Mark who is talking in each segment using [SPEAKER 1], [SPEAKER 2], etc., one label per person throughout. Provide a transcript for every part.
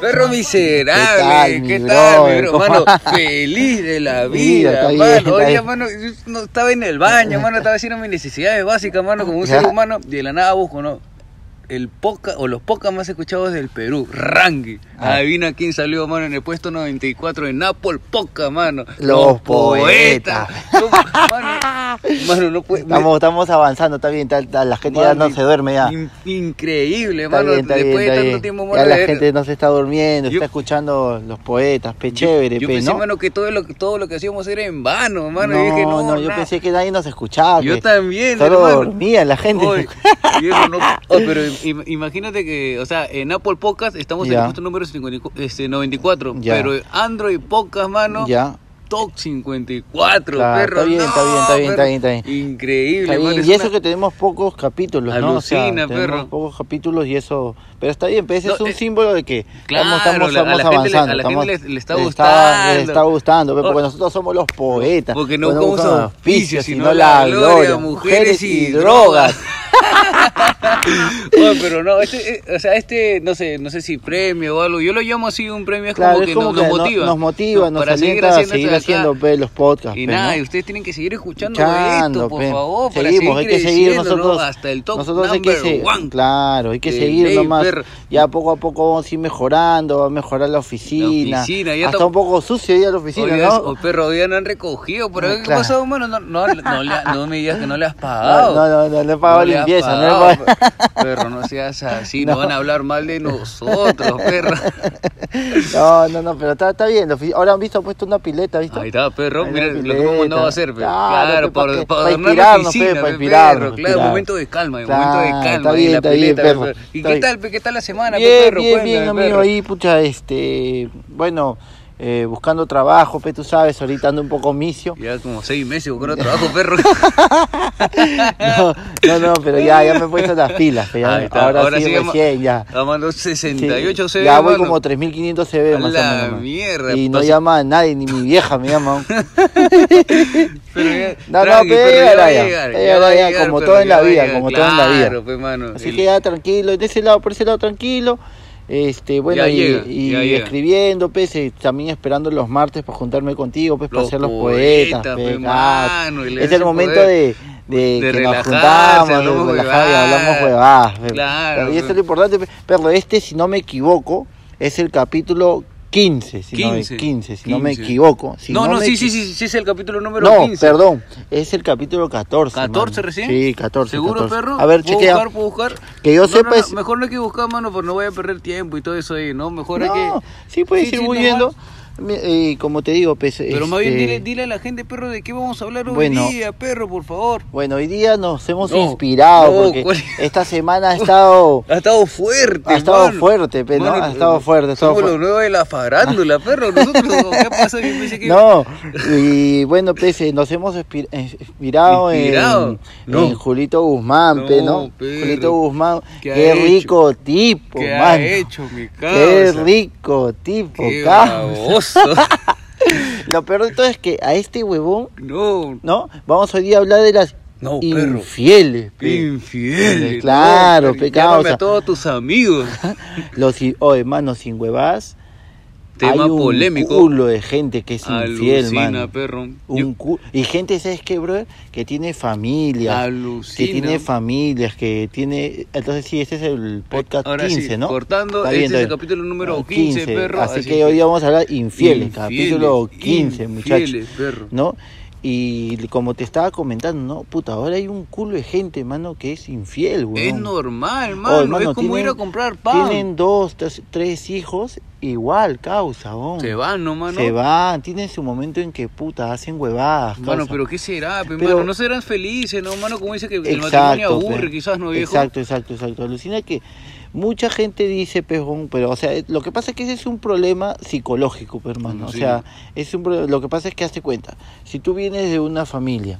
[SPEAKER 1] Perro miserable, ¿qué
[SPEAKER 2] Ah, ¿Qué tal, mi
[SPEAKER 1] tal,
[SPEAKER 2] bro?
[SPEAKER 1] mi bro? Mano, feliz de la vida,
[SPEAKER 2] Mira, está bien,
[SPEAKER 1] mano.
[SPEAKER 2] está
[SPEAKER 1] Oye,
[SPEAKER 2] bien.
[SPEAKER 1] mano, yo no estaba en el baño, mano, estaba haciendo mis necesidades básicas, mano, como un
[SPEAKER 2] Ya.
[SPEAKER 1] ser humano. Y de la nada busco, ¿no? El poca, o los pocas más escuchados del Perú, Rangi.
[SPEAKER 2] Ah.
[SPEAKER 1] Adivina quién salió, mano, en el puesto 94 en Apple, poca, mano.
[SPEAKER 2] Los poetas.
[SPEAKER 1] No, mano, mano, no puede.
[SPEAKER 2] Estamos, estamos avanzando, está bien, está- está- la gente ya no
[SPEAKER 1] Mami,
[SPEAKER 2] se duerme ya.
[SPEAKER 1] in- increíble,
[SPEAKER 2] Está
[SPEAKER 1] mano.
[SPEAKER 2] bien, está
[SPEAKER 1] Después
[SPEAKER 2] bien, está
[SPEAKER 1] de tanto
[SPEAKER 2] bien.
[SPEAKER 1] tiempo,
[SPEAKER 2] Ya
[SPEAKER 1] mano.
[SPEAKER 2] la
[SPEAKER 1] de-
[SPEAKER 2] gente no se está durmiendo,
[SPEAKER 1] Yo-
[SPEAKER 2] está escuchando los poetas, pe
[SPEAKER 1] yo-
[SPEAKER 2] chévere,
[SPEAKER 1] yo
[SPEAKER 2] pe,
[SPEAKER 1] pensé,
[SPEAKER 2] ¿no?
[SPEAKER 1] mano, que todo lo, todo lo que hacíamos era en vano, mano.
[SPEAKER 2] no,
[SPEAKER 1] y dije, no,
[SPEAKER 2] no, yo
[SPEAKER 1] na-
[SPEAKER 2] pensé que nadie nos escuchaba.
[SPEAKER 1] Yo
[SPEAKER 2] pe.
[SPEAKER 1] también,
[SPEAKER 2] Solo
[SPEAKER 1] hermano.
[SPEAKER 2] dormía la gente.
[SPEAKER 1] Oy, y eso no- oy, pero im- imagínate que, o sea, en Apple Podcast estamos en
[SPEAKER 2] Ya.
[SPEAKER 1] el puesto número 54, este, 94,
[SPEAKER 2] Ya.
[SPEAKER 1] pero en Android Podcast, mano,
[SPEAKER 2] ya.
[SPEAKER 1] Top 54,
[SPEAKER 2] Claro,
[SPEAKER 1] perro.
[SPEAKER 2] está bien,
[SPEAKER 1] no,
[SPEAKER 2] está bien, está bien, está
[SPEAKER 1] perro.
[SPEAKER 2] bien, está bien.
[SPEAKER 1] Increíble,
[SPEAKER 2] Está
[SPEAKER 1] mano,
[SPEAKER 2] bien,
[SPEAKER 1] es
[SPEAKER 2] Y
[SPEAKER 1] una-
[SPEAKER 2] eso que tenemos pocos capítulos, ¿no? O sea,
[SPEAKER 1] Alucina,
[SPEAKER 2] tenemos
[SPEAKER 1] perro.
[SPEAKER 2] pocos capítulos y eso. Pero está bien, pero ese
[SPEAKER 1] No,
[SPEAKER 2] es un
[SPEAKER 1] eh,
[SPEAKER 2] símbolo de que
[SPEAKER 1] claro,
[SPEAKER 2] estamos, estamos,
[SPEAKER 1] la- a la
[SPEAKER 2] estamos
[SPEAKER 1] gente le- a
[SPEAKER 2] avanzando.
[SPEAKER 1] la gente
[SPEAKER 2] estamos-
[SPEAKER 1] le- le está
[SPEAKER 2] Está, le
[SPEAKER 1] gustando.
[SPEAKER 2] está gustando, pe,
[SPEAKER 1] Oh.
[SPEAKER 2] porque nosotros somos los poetas.
[SPEAKER 1] Porque no
[SPEAKER 2] pues
[SPEAKER 1] buscamos
[SPEAKER 2] buscamos
[SPEAKER 1] auspicios, sino la gloria, mujeres y Oye, pero no, este, eh, o sea, este, no sé, no sé si premio o algo, yo lo llamo así un premio, es
[SPEAKER 2] Claro,
[SPEAKER 1] como
[SPEAKER 2] es
[SPEAKER 1] que,
[SPEAKER 2] como
[SPEAKER 1] nos, nos
[SPEAKER 2] que no-
[SPEAKER 1] motiva.
[SPEAKER 2] nos motiva, nos
[SPEAKER 1] para seguir
[SPEAKER 2] alienta a
[SPEAKER 1] haciendo,
[SPEAKER 2] seguir
[SPEAKER 1] esto de acá.
[SPEAKER 2] haciendo pe, los podcasts.
[SPEAKER 1] Y
[SPEAKER 2] pe,
[SPEAKER 1] nada,
[SPEAKER 2] ¿no?
[SPEAKER 1] y ustedes tienen que seguir escuchando
[SPEAKER 2] Escuchando,
[SPEAKER 1] esto, por
[SPEAKER 2] pe.
[SPEAKER 1] favor, para
[SPEAKER 2] seguimos, hay
[SPEAKER 1] seguir
[SPEAKER 2] que seguir
[SPEAKER 1] creciendo, ¿no?
[SPEAKER 2] nosotros
[SPEAKER 1] hasta el top
[SPEAKER 2] nosotros hay que
[SPEAKER 1] number
[SPEAKER 2] se-
[SPEAKER 1] one.
[SPEAKER 2] claro, hay que
[SPEAKER 1] De
[SPEAKER 2] seguir
[SPEAKER 1] ley,
[SPEAKER 2] nomás.
[SPEAKER 1] perro.
[SPEAKER 2] Ya poco a poco vamos a ir mejorando, va a mejorar la oficina.
[SPEAKER 1] La oficina, ya
[SPEAKER 2] hasta
[SPEAKER 1] to-
[SPEAKER 2] un poco sucio ya la oficina,
[SPEAKER 1] Oigan,
[SPEAKER 2] ¿no?
[SPEAKER 1] o perro, hoy día no han recogido, pero
[SPEAKER 2] Ah,
[SPEAKER 1] ¿qué
[SPEAKER 2] claro.
[SPEAKER 1] pasó, mano? No, no, no, le ha- no me digas que no le has
[SPEAKER 2] No,
[SPEAKER 1] pagado.
[SPEAKER 2] no, no, no, le he pagado
[SPEAKER 1] le has
[SPEAKER 2] limpieza, no le he
[SPEAKER 1] pagado,
[SPEAKER 2] pagado-
[SPEAKER 1] pe- Perro, no seas así, no. van a hablar mal de nosotros, perro.
[SPEAKER 2] No, no, no, pero está, está bien. la ofi- Ahora han visto, han puesto una pileta, ¿viste?
[SPEAKER 1] Ahí está, perro,
[SPEAKER 2] Ahí
[SPEAKER 1] mira
[SPEAKER 2] la
[SPEAKER 1] lo que hemos mandado a hacer, pe.
[SPEAKER 2] pileta.
[SPEAKER 1] Claro,
[SPEAKER 2] pe, pa'
[SPEAKER 1] para, para
[SPEAKER 2] que- pa'
[SPEAKER 1] adornar la
[SPEAKER 2] inspirarnos, pe,
[SPEAKER 1] oficina,
[SPEAKER 2] pa'
[SPEAKER 1] pe,
[SPEAKER 2] inspirarnos,
[SPEAKER 1] perro. Claro,
[SPEAKER 2] inspirarnos.
[SPEAKER 1] momento de calma, momento de
[SPEAKER 2] Claro,
[SPEAKER 1] calma.
[SPEAKER 2] Está
[SPEAKER 1] ahí
[SPEAKER 2] bien,
[SPEAKER 1] la
[SPEAKER 2] está bien,
[SPEAKER 1] pileta,
[SPEAKER 2] perro.
[SPEAKER 1] pe. ¿Y
[SPEAKER 2] está
[SPEAKER 1] qué
[SPEAKER 2] bien.
[SPEAKER 1] tal, pe? ¿Qué tal la semana, pe,
[SPEAKER 2] Bien,
[SPEAKER 1] perro?
[SPEAKER 2] bien, bien,
[SPEAKER 1] Cuéntame,
[SPEAKER 2] amigo.
[SPEAKER 1] perro.
[SPEAKER 2] Ahí, pucha, este. Bueno, eh, buscando trabajo, pe, tú sabes, ahorita ando un poco misio.
[SPEAKER 1] Ya como seis meses buscando trabajo, perro.
[SPEAKER 2] No, no, no, pero ya, ya me he puesto las pilas, pe, ya,
[SPEAKER 1] Ahí está,
[SPEAKER 2] ahora, sí,
[SPEAKER 1] ama-
[SPEAKER 2] recién, ya.
[SPEAKER 1] está mandando
[SPEAKER 2] Sí,
[SPEAKER 1] 68 se
[SPEAKER 2] ya voy como 3.500 CV
[SPEAKER 1] A
[SPEAKER 2] más o
[SPEAKER 1] la
[SPEAKER 2] menos. man.
[SPEAKER 1] mierda, pues,
[SPEAKER 2] Y no
[SPEAKER 1] pasa-
[SPEAKER 2] llama a nadie, ni mi vieja me llama.
[SPEAKER 1] Pero ya,
[SPEAKER 2] No, no,
[SPEAKER 1] tranqui,
[SPEAKER 2] pero
[SPEAKER 1] perro,
[SPEAKER 2] ya
[SPEAKER 1] va a
[SPEAKER 2] ya,
[SPEAKER 1] llegar,
[SPEAKER 2] ya
[SPEAKER 1] va a
[SPEAKER 2] ya,
[SPEAKER 1] llegar,
[SPEAKER 2] como
[SPEAKER 1] perro,
[SPEAKER 2] todo en
[SPEAKER 1] ya
[SPEAKER 2] la
[SPEAKER 1] va a
[SPEAKER 2] vida,
[SPEAKER 1] llegar.
[SPEAKER 2] como todo en la vida.
[SPEAKER 1] Claro, pues, mano,
[SPEAKER 2] Así
[SPEAKER 1] el-
[SPEAKER 2] que ya tranquilo, de ese lado, por ese lado tranquilo. Este, bueno,
[SPEAKER 1] Ya
[SPEAKER 2] y,
[SPEAKER 1] llega,
[SPEAKER 2] y
[SPEAKER 1] ya llega.
[SPEAKER 2] escribiendo, pues, eh, también esperando los martes para juntarme contigo, pues, para
[SPEAKER 1] Los
[SPEAKER 2] hacer los
[SPEAKER 1] poetas,
[SPEAKER 2] poetas,
[SPEAKER 1] pe,
[SPEAKER 2] pe,
[SPEAKER 1] mano, y le
[SPEAKER 2] Es
[SPEAKER 1] das
[SPEAKER 2] el
[SPEAKER 1] el
[SPEAKER 2] momento
[SPEAKER 1] poder
[SPEAKER 2] de, de,
[SPEAKER 1] de
[SPEAKER 2] que nos
[SPEAKER 1] relajarse,
[SPEAKER 2] juntamos, de
[SPEAKER 1] hablamos
[SPEAKER 2] relajar y hablamos
[SPEAKER 1] huevadas.
[SPEAKER 2] huevadas. pe.
[SPEAKER 1] Claro, pues.
[SPEAKER 2] Pero, y eso
[SPEAKER 1] pe.
[SPEAKER 2] es lo importante, pe. pero este, si no me equivoco, es el capítulo 15, si, No, me,
[SPEAKER 1] 15,
[SPEAKER 2] 15, si no me
[SPEAKER 1] 15.
[SPEAKER 2] equivoco. Si
[SPEAKER 1] no, no,
[SPEAKER 2] me
[SPEAKER 1] sí,
[SPEAKER 2] equi-
[SPEAKER 1] sí, sí, sí, es el capítulo número
[SPEAKER 2] no,
[SPEAKER 1] 15.
[SPEAKER 2] perdón, es el capítulo 14.
[SPEAKER 1] 14
[SPEAKER 2] mano.
[SPEAKER 1] recién.
[SPEAKER 2] Sí, 14.
[SPEAKER 1] ¿Seguro,
[SPEAKER 2] 14.
[SPEAKER 1] perro?
[SPEAKER 2] A ver,
[SPEAKER 1] ¿Puedo
[SPEAKER 2] chequea.
[SPEAKER 1] buscar, puedo buscar?
[SPEAKER 2] Que
[SPEAKER 1] No,
[SPEAKER 2] yo
[SPEAKER 1] no,
[SPEAKER 2] sepa
[SPEAKER 1] no,
[SPEAKER 2] es-
[SPEAKER 1] Mejor no hay que buscar, mano, porque no voy a perder tiempo y todo eso ahí, ¿no? Mejor hay
[SPEAKER 2] No,
[SPEAKER 1] que...
[SPEAKER 2] sí, puedes
[SPEAKER 1] Sí,
[SPEAKER 2] ir
[SPEAKER 1] sí,
[SPEAKER 2] muy
[SPEAKER 1] nomás.
[SPEAKER 2] viendo. Mi- eh, como te digo, pues,
[SPEAKER 1] Pero más bien
[SPEAKER 2] este,
[SPEAKER 1] dile, dile a la gente, perro, de qué vamos a hablar hoy
[SPEAKER 2] Bueno.
[SPEAKER 1] día, perro, por favor.
[SPEAKER 2] Bueno, hoy día nos hemos
[SPEAKER 1] No,
[SPEAKER 2] inspirado
[SPEAKER 1] no,
[SPEAKER 2] porque
[SPEAKER 1] ¿cuál?
[SPEAKER 2] esta semana ha estado.
[SPEAKER 1] Ha estado fuerte, eh,
[SPEAKER 2] Ha estado
[SPEAKER 1] mano.
[SPEAKER 2] fuerte, pe, ¿no? Ha estado fuerte, ha estado
[SPEAKER 1] somos
[SPEAKER 2] fuerte.
[SPEAKER 1] los nuevos de la farándula, perro. Nosotros, ¿qué pasa? Yo pensé que...
[SPEAKER 2] No, y bueno, pues eh, nos hemos inspir- eh, inspirado, en-
[SPEAKER 1] Inspirado.
[SPEAKER 2] en,
[SPEAKER 1] No.
[SPEAKER 2] Julito Guzmán, pe,
[SPEAKER 1] No,
[SPEAKER 2] ¿no?
[SPEAKER 1] perro.
[SPEAKER 2] Julito Guzmán,
[SPEAKER 1] ¿Qué ha
[SPEAKER 2] qué,
[SPEAKER 1] hecho?
[SPEAKER 2] rico tipo,
[SPEAKER 1] ¿Qué ha
[SPEAKER 2] pues, mano.
[SPEAKER 1] hecho mi causa?
[SPEAKER 2] Qué rico tipo,
[SPEAKER 1] Qué
[SPEAKER 2] causa.
[SPEAKER 1] baboso.
[SPEAKER 2] Lo peor de todo es que a este huevón,
[SPEAKER 1] No,
[SPEAKER 2] ¿no? Vamos hoy día a hablar de las
[SPEAKER 1] No, perro.
[SPEAKER 2] infieles, pues. pe.
[SPEAKER 1] infiel.
[SPEAKER 2] Claro, pe,
[SPEAKER 1] Llámame
[SPEAKER 2] causa.
[SPEAKER 1] a todos tus amigos.
[SPEAKER 2] Los, i- oh, hermano, sin huevadas.
[SPEAKER 1] Tema
[SPEAKER 2] hay un
[SPEAKER 1] polémico.
[SPEAKER 2] culo de gente que es infiel,
[SPEAKER 1] Alucina,
[SPEAKER 2] mano.
[SPEAKER 1] perro.
[SPEAKER 2] Un cu- y gente, ¿sabes qué, brother? Que tiene familias.
[SPEAKER 1] Alucina.
[SPEAKER 2] Que tiene familias, que tiene... Entonces sí, este es el podcast
[SPEAKER 1] Ahora sí,
[SPEAKER 2] 15, ¿no?
[SPEAKER 1] cortando,
[SPEAKER 2] Está
[SPEAKER 1] este
[SPEAKER 2] bien,
[SPEAKER 1] es el
[SPEAKER 2] está bien.
[SPEAKER 1] capítulo número
[SPEAKER 2] Ah,
[SPEAKER 1] 15, perro,
[SPEAKER 2] Así,
[SPEAKER 1] así
[SPEAKER 2] que,
[SPEAKER 1] que-
[SPEAKER 2] hoy vamos a hablar infieles,
[SPEAKER 1] Infieles,
[SPEAKER 2] capítulo 15, muchachos.
[SPEAKER 1] infieles, perro.
[SPEAKER 2] ¿No? Y como te estaba comentando, ¿no? Puta, ahora hay un culo de gente, mano, que es infiel, weón.
[SPEAKER 1] Es normal,
[SPEAKER 2] Oh,
[SPEAKER 1] mano.
[SPEAKER 2] hermano,
[SPEAKER 1] es como
[SPEAKER 2] tienen-
[SPEAKER 1] ir a comprar pan.
[SPEAKER 2] Tienen dos, tres, tres hijos, igual, causa, weón.
[SPEAKER 1] Se van, no, mano.
[SPEAKER 2] Se van, tienen su momento en que puta hacen huevadas.
[SPEAKER 1] Mano,
[SPEAKER 2] causa.
[SPEAKER 1] pero ¿qué será, pe,
[SPEAKER 2] Pero-
[SPEAKER 1] mano? No serán felices, ¿no, mano? Como dice que el matrimonio aburre,
[SPEAKER 2] pe.
[SPEAKER 1] quizás, ¿no, viejo?
[SPEAKER 2] Exacto, exacto, exacto. Alucina que mucha gente dice, pejón, pero, o sea, lo que pasa es que ese es un problema psicológico, pe, hermano.
[SPEAKER 1] Sí.
[SPEAKER 2] O sea, es un pro- lo que pasa es que hazte cuenta, si tú vienes de una familia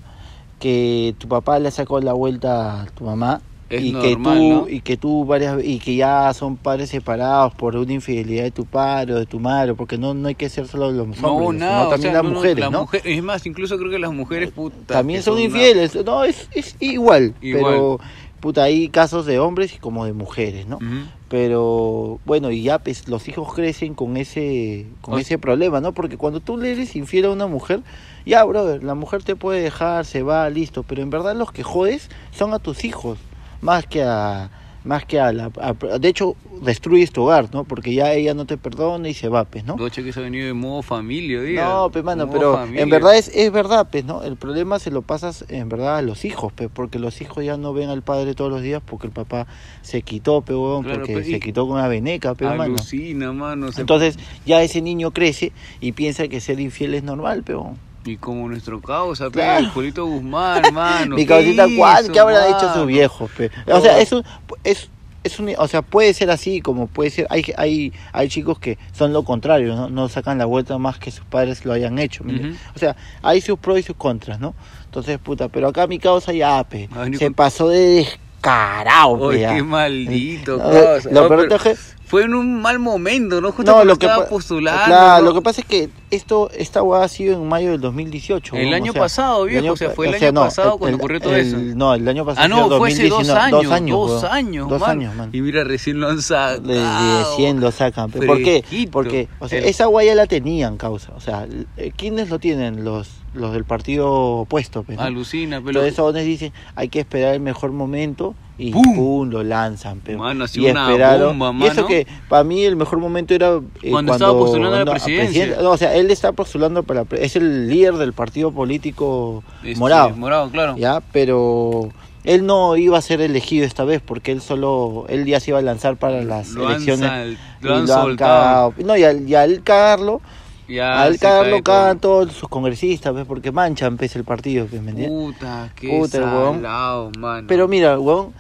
[SPEAKER 2] que tu papá le sacó la vuelta a tu mamá,
[SPEAKER 1] Es
[SPEAKER 2] y
[SPEAKER 1] normal,
[SPEAKER 2] que tú
[SPEAKER 1] ¿no?
[SPEAKER 2] y que tú varias y que ya son padres separados por una infidelidad de tu padre o de tu madre porque no no hay que ser solo los hombres
[SPEAKER 1] No,
[SPEAKER 2] sino
[SPEAKER 1] nada. o
[SPEAKER 2] también
[SPEAKER 1] sea,
[SPEAKER 2] las
[SPEAKER 1] no, no,
[SPEAKER 2] mujeres
[SPEAKER 1] las
[SPEAKER 2] no Eh,
[SPEAKER 1] mujer- es más, incluso creo que las mujeres, puta.
[SPEAKER 2] también
[SPEAKER 1] que
[SPEAKER 2] son
[SPEAKER 1] una-
[SPEAKER 2] infieles. No, es, es igual,
[SPEAKER 1] Igual.
[SPEAKER 2] Pero, puta, hay casos de hombres y como de mujeres, ¿no?
[SPEAKER 1] Ujú.
[SPEAKER 2] Pero bueno, y ya pues, los hijos crecen con ese con
[SPEAKER 1] Oye.
[SPEAKER 2] ese problema, ¿no? Porque cuando tú le eres infiel a una mujer, ya, brother, la mujer te puede dejar, se va, listo, pero en verdad los que jodes son a tus hijos, más que a más que a la a- de hecho destruyes tu hogar, ¿no? Porque ya ella no te perdona y se va, pues, ¿no?
[SPEAKER 1] Doche que se ha venido de modo familia, diga.
[SPEAKER 2] No, pe, mano,
[SPEAKER 1] Modo
[SPEAKER 2] pero
[SPEAKER 1] familia.
[SPEAKER 2] en verdad es, es verdad, pues, ¿no? El problema se lo pasas en verdad a los hijos, pe, porque los hijos ya no ven al padre todos los días porque el papá se quitó, pe, huevón,
[SPEAKER 1] Claro,
[SPEAKER 2] porque
[SPEAKER 1] pe, y-
[SPEAKER 2] se quitó con una veneca, pe, mano.
[SPEAKER 1] Alucina, mano. se-
[SPEAKER 2] Entonces ya ese niño crece y piensa que ser infiel es normal, pe, huevón.
[SPEAKER 1] Y como nuestro causa, pe,
[SPEAKER 2] Claro.
[SPEAKER 1] Julito Guzmán, mano.
[SPEAKER 2] Mi
[SPEAKER 1] ¿qué
[SPEAKER 2] cabecita, ¿cuál?
[SPEAKER 1] hizo,
[SPEAKER 2] ¿Qué habrá dicho
[SPEAKER 1] mano?
[SPEAKER 2] sus viejos, pe?
[SPEAKER 1] No.
[SPEAKER 2] O sea, es un... Es, es un, o sea, puede ser así, como puede ser. Hay, hay, hay chicos que son lo contrario, ¿no? No sacan la vuelta más que sus padres lo hayan hecho. ¿me
[SPEAKER 1] Ujú.
[SPEAKER 2] entiendes? O sea, hay sus pros y sus contras, ¿no? Entonces, puta, pero acá mi causa ya, pe,
[SPEAKER 1] Ah, ni
[SPEAKER 2] se
[SPEAKER 1] con-
[SPEAKER 2] pasó de descarado, pe,
[SPEAKER 1] Oye,
[SPEAKER 2] ya.
[SPEAKER 1] qué maldito,
[SPEAKER 2] No,
[SPEAKER 1] causa.
[SPEAKER 2] Eh, lo
[SPEAKER 1] No,
[SPEAKER 2] peor
[SPEAKER 1] pero
[SPEAKER 2] es que-
[SPEAKER 1] Fue en un mal momento, ¿no? Justo
[SPEAKER 2] No,
[SPEAKER 1] cuando
[SPEAKER 2] lo que
[SPEAKER 1] estaba
[SPEAKER 2] pa-
[SPEAKER 1] postulando.
[SPEAKER 2] Claro,
[SPEAKER 1] ¿no?
[SPEAKER 2] lo que pasa es que esto, esta hueá ha sido en mayo del 2018.
[SPEAKER 1] El
[SPEAKER 2] ¿no?
[SPEAKER 1] año pasado, viejo, o sea,
[SPEAKER 2] pa-
[SPEAKER 1] fue el año pasado cuando ocurrió todo eso.
[SPEAKER 2] No, el año pasado.
[SPEAKER 1] Ah, no,
[SPEAKER 2] fue
[SPEAKER 1] fue hace dos
[SPEAKER 2] 2019,
[SPEAKER 1] años.
[SPEAKER 2] Dos años,
[SPEAKER 1] dos
[SPEAKER 2] huevón.
[SPEAKER 1] años,
[SPEAKER 2] Dos
[SPEAKER 1] man.
[SPEAKER 2] años, man.
[SPEAKER 1] Y mira, recién lo han sacado.
[SPEAKER 2] De, de 100 lo sacan. pe. ¿Por qué?
[SPEAKER 1] Fresquito.
[SPEAKER 2] Porque o sea,
[SPEAKER 1] El-
[SPEAKER 2] esa guaya la tenían, causa. O sea, eh, ¿quiénes lo tienen? Los, los del partido opuesto. pe, ¿no?
[SPEAKER 1] Alucina, pero.
[SPEAKER 2] Entonces, abones dicen, hay que esperar el mejor momento y
[SPEAKER 1] ¡Pum!
[SPEAKER 2] ¡pum! lo lanzan. pe.
[SPEAKER 1] Mano, ha sido
[SPEAKER 2] y
[SPEAKER 1] una bomba,
[SPEAKER 2] y eso
[SPEAKER 1] mano.
[SPEAKER 2] que para mí el mejor momento era eh,
[SPEAKER 1] Cuando estaba postulando a la presidencia.
[SPEAKER 2] no, o sea, él está postulando para. pre- Es el líder del partido político
[SPEAKER 1] este,
[SPEAKER 2] morado.
[SPEAKER 1] Morado, claro.
[SPEAKER 2] ¿ya? Pero él no iba a ser elegido esta vez porque él solo, él ya se iba a lanzar para las
[SPEAKER 1] Lo han
[SPEAKER 2] elecciones.
[SPEAKER 1] sal-
[SPEAKER 2] y
[SPEAKER 1] lo han soltado.
[SPEAKER 2] cagado. No, y al, y al cagarlo,
[SPEAKER 1] Ya
[SPEAKER 2] al
[SPEAKER 1] se cae
[SPEAKER 2] cagarlo
[SPEAKER 1] todo.
[SPEAKER 2] cagan todos sus congresistas, ¿ves? Porque manchan, pues, el partido, pues, ¿me entiendes?
[SPEAKER 1] Puta, qué
[SPEAKER 2] Puta, el huevón.
[SPEAKER 1] salado, mano.
[SPEAKER 2] Pero mira, huevón,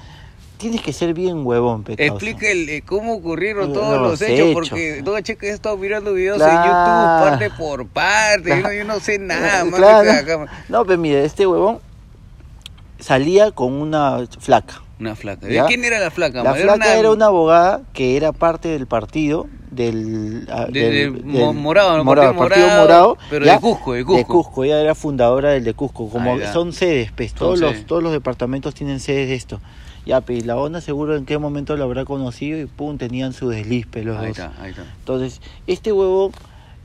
[SPEAKER 2] tienes que ser bien huevón, pe, causa.
[SPEAKER 1] Explica el, eh, cómo ocurrieron todos
[SPEAKER 2] Los
[SPEAKER 1] los, hechos,
[SPEAKER 2] hechos.
[SPEAKER 1] porque todo cheque he estado mirando videos
[SPEAKER 2] Claro.
[SPEAKER 1] en YouTube parte por parte, yo, no, yo no sé nada,
[SPEAKER 2] Eh,
[SPEAKER 1] mano,
[SPEAKER 2] claro.
[SPEAKER 1] acá, acá.
[SPEAKER 2] No, pero mira, este huevón salía con una flaca.
[SPEAKER 1] Una flaca.
[SPEAKER 2] ¿Ya?
[SPEAKER 1] ¿De quién era la flaca?
[SPEAKER 2] La
[SPEAKER 1] mano?
[SPEAKER 2] flaca era una abogada que era parte del partido del, ah,
[SPEAKER 1] De- de Mo- Morado, ¿no?
[SPEAKER 2] Morado,
[SPEAKER 1] Partido
[SPEAKER 2] partido
[SPEAKER 1] Morado,
[SPEAKER 2] Morado,
[SPEAKER 1] pero de Cusco, de Cusco.
[SPEAKER 2] ella era fundadora del de Cusco, como
[SPEAKER 1] Ahí va.
[SPEAKER 2] son sedes, pues,
[SPEAKER 1] Son
[SPEAKER 2] todos
[SPEAKER 1] sedes.
[SPEAKER 2] los todos los departamentos tienen sedes de esto. Ya, pues, y la ONA seguro en qué momento lo habrá conocido y pum, tenían su deslispe los
[SPEAKER 1] Ahí
[SPEAKER 2] dos.
[SPEAKER 1] está, ahí está.
[SPEAKER 2] Entonces, este huevo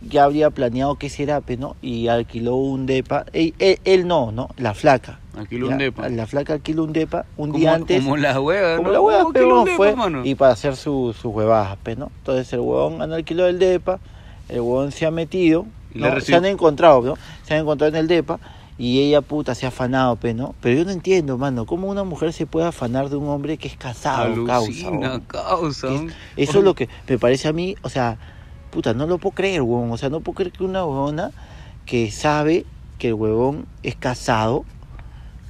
[SPEAKER 2] ya habría planeado que será, pues, ¿no? Y alquiló un depa, él, él- él no, ¿no? La flaca.
[SPEAKER 1] Aquí lo un
[SPEAKER 2] Ya,
[SPEAKER 1] depa.
[SPEAKER 2] La flaca alquiló un depa un
[SPEAKER 1] Como-
[SPEAKER 2] día antes.
[SPEAKER 1] Como la hueva,
[SPEAKER 2] Como
[SPEAKER 1] ¿no?
[SPEAKER 2] la hueá,
[SPEAKER 1] Oh,
[SPEAKER 2] pe,
[SPEAKER 1] aquí lo un
[SPEAKER 2] huevón,
[SPEAKER 1] depa,
[SPEAKER 2] fue
[SPEAKER 1] mano.
[SPEAKER 2] y para hacer sus su huevadas, pe, ¿no? Entonces el huevón han alquilado el depa, el huevón se ha metido,
[SPEAKER 1] Y la
[SPEAKER 2] ¿no? se
[SPEAKER 1] recibe.
[SPEAKER 2] han encontrado, ¿no? Se han encontrado en el depa y ella puta se ha afanado, pe, ¿no? Pero yo no entiendo, mano, cómo una mujer se puede afanar de un hombre que es casado, causa.
[SPEAKER 1] Alucina,
[SPEAKER 2] huevón?
[SPEAKER 1] causa.
[SPEAKER 2] Que es-
[SPEAKER 1] un-
[SPEAKER 2] eso es lo que me parece a mí, o sea, puta, no lo puedo creer, huevón, o sea, no puedo creer que una huevona que sabe que el huevón es casado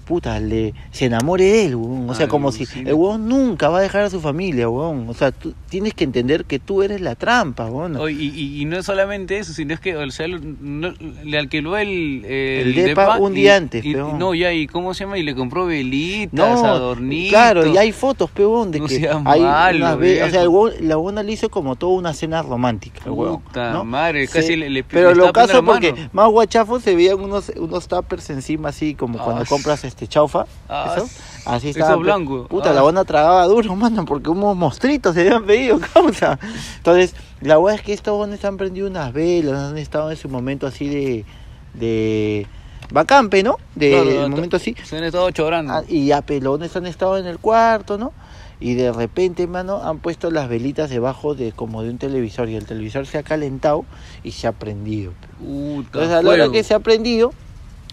[SPEAKER 2] puta, le, se enamore de él, huevón. O sea, como si
[SPEAKER 1] Alucina.
[SPEAKER 2] el huevón nunca va a dejar a su familia, huevón. O sea, tú tienes que entender que tú eres la trampa, huevón.
[SPEAKER 1] Oye, y, y, y no es solamente eso, sino es que o sea, lo- no- le alquiló el, eh,
[SPEAKER 2] El depa un día
[SPEAKER 1] y-
[SPEAKER 2] antes,
[SPEAKER 1] y- y
[SPEAKER 2] peón.
[SPEAKER 1] No, ya, y cómo se llama, y le compró velitas,
[SPEAKER 2] No,
[SPEAKER 1] adornitos.
[SPEAKER 2] claro, y hay fotos, peón, de
[SPEAKER 1] No
[SPEAKER 2] que
[SPEAKER 1] seas
[SPEAKER 2] hay
[SPEAKER 1] malo,
[SPEAKER 2] unas ve- o sea, el
[SPEAKER 1] viejo.
[SPEAKER 2] huevón- la huevona le hizo como toda una cena romántica, el huevón,
[SPEAKER 1] Puta
[SPEAKER 2] ¿no?
[SPEAKER 1] madre, casi le- le- le
[SPEAKER 2] Pero lo
[SPEAKER 1] está poniendo
[SPEAKER 2] caso
[SPEAKER 1] la mano.
[SPEAKER 2] porque más guachafos se veían unos unos tuppers encima así como cuando
[SPEAKER 1] Ah,
[SPEAKER 2] compras este chaufa,
[SPEAKER 1] ah,
[SPEAKER 2] eso, así
[SPEAKER 1] eso
[SPEAKER 2] estaba.
[SPEAKER 1] blanco,
[SPEAKER 2] Puta,
[SPEAKER 1] ah.
[SPEAKER 2] la huevona tragaba duro, mano, porque unos monstruitos se habían pedido, causa. Entonces, la huevona es que estos huevones han prendido unas velas, han estado en su momento así de de bacampe, ¿no? De
[SPEAKER 1] Claro,
[SPEAKER 2] del
[SPEAKER 1] hasta-
[SPEAKER 2] eh, momento así.
[SPEAKER 1] Se han estado chorando.
[SPEAKER 2] Ah, y ya pelones han estado en el cuarto, ¿no? Y de repente, mano, han puesto las velitas debajo de como de un televisor y el televisor se ha calentado y se ha prendido. pe.
[SPEAKER 1] Puta,
[SPEAKER 2] Entonces, a la hora
[SPEAKER 1] fuego.
[SPEAKER 2] que se ha prendido,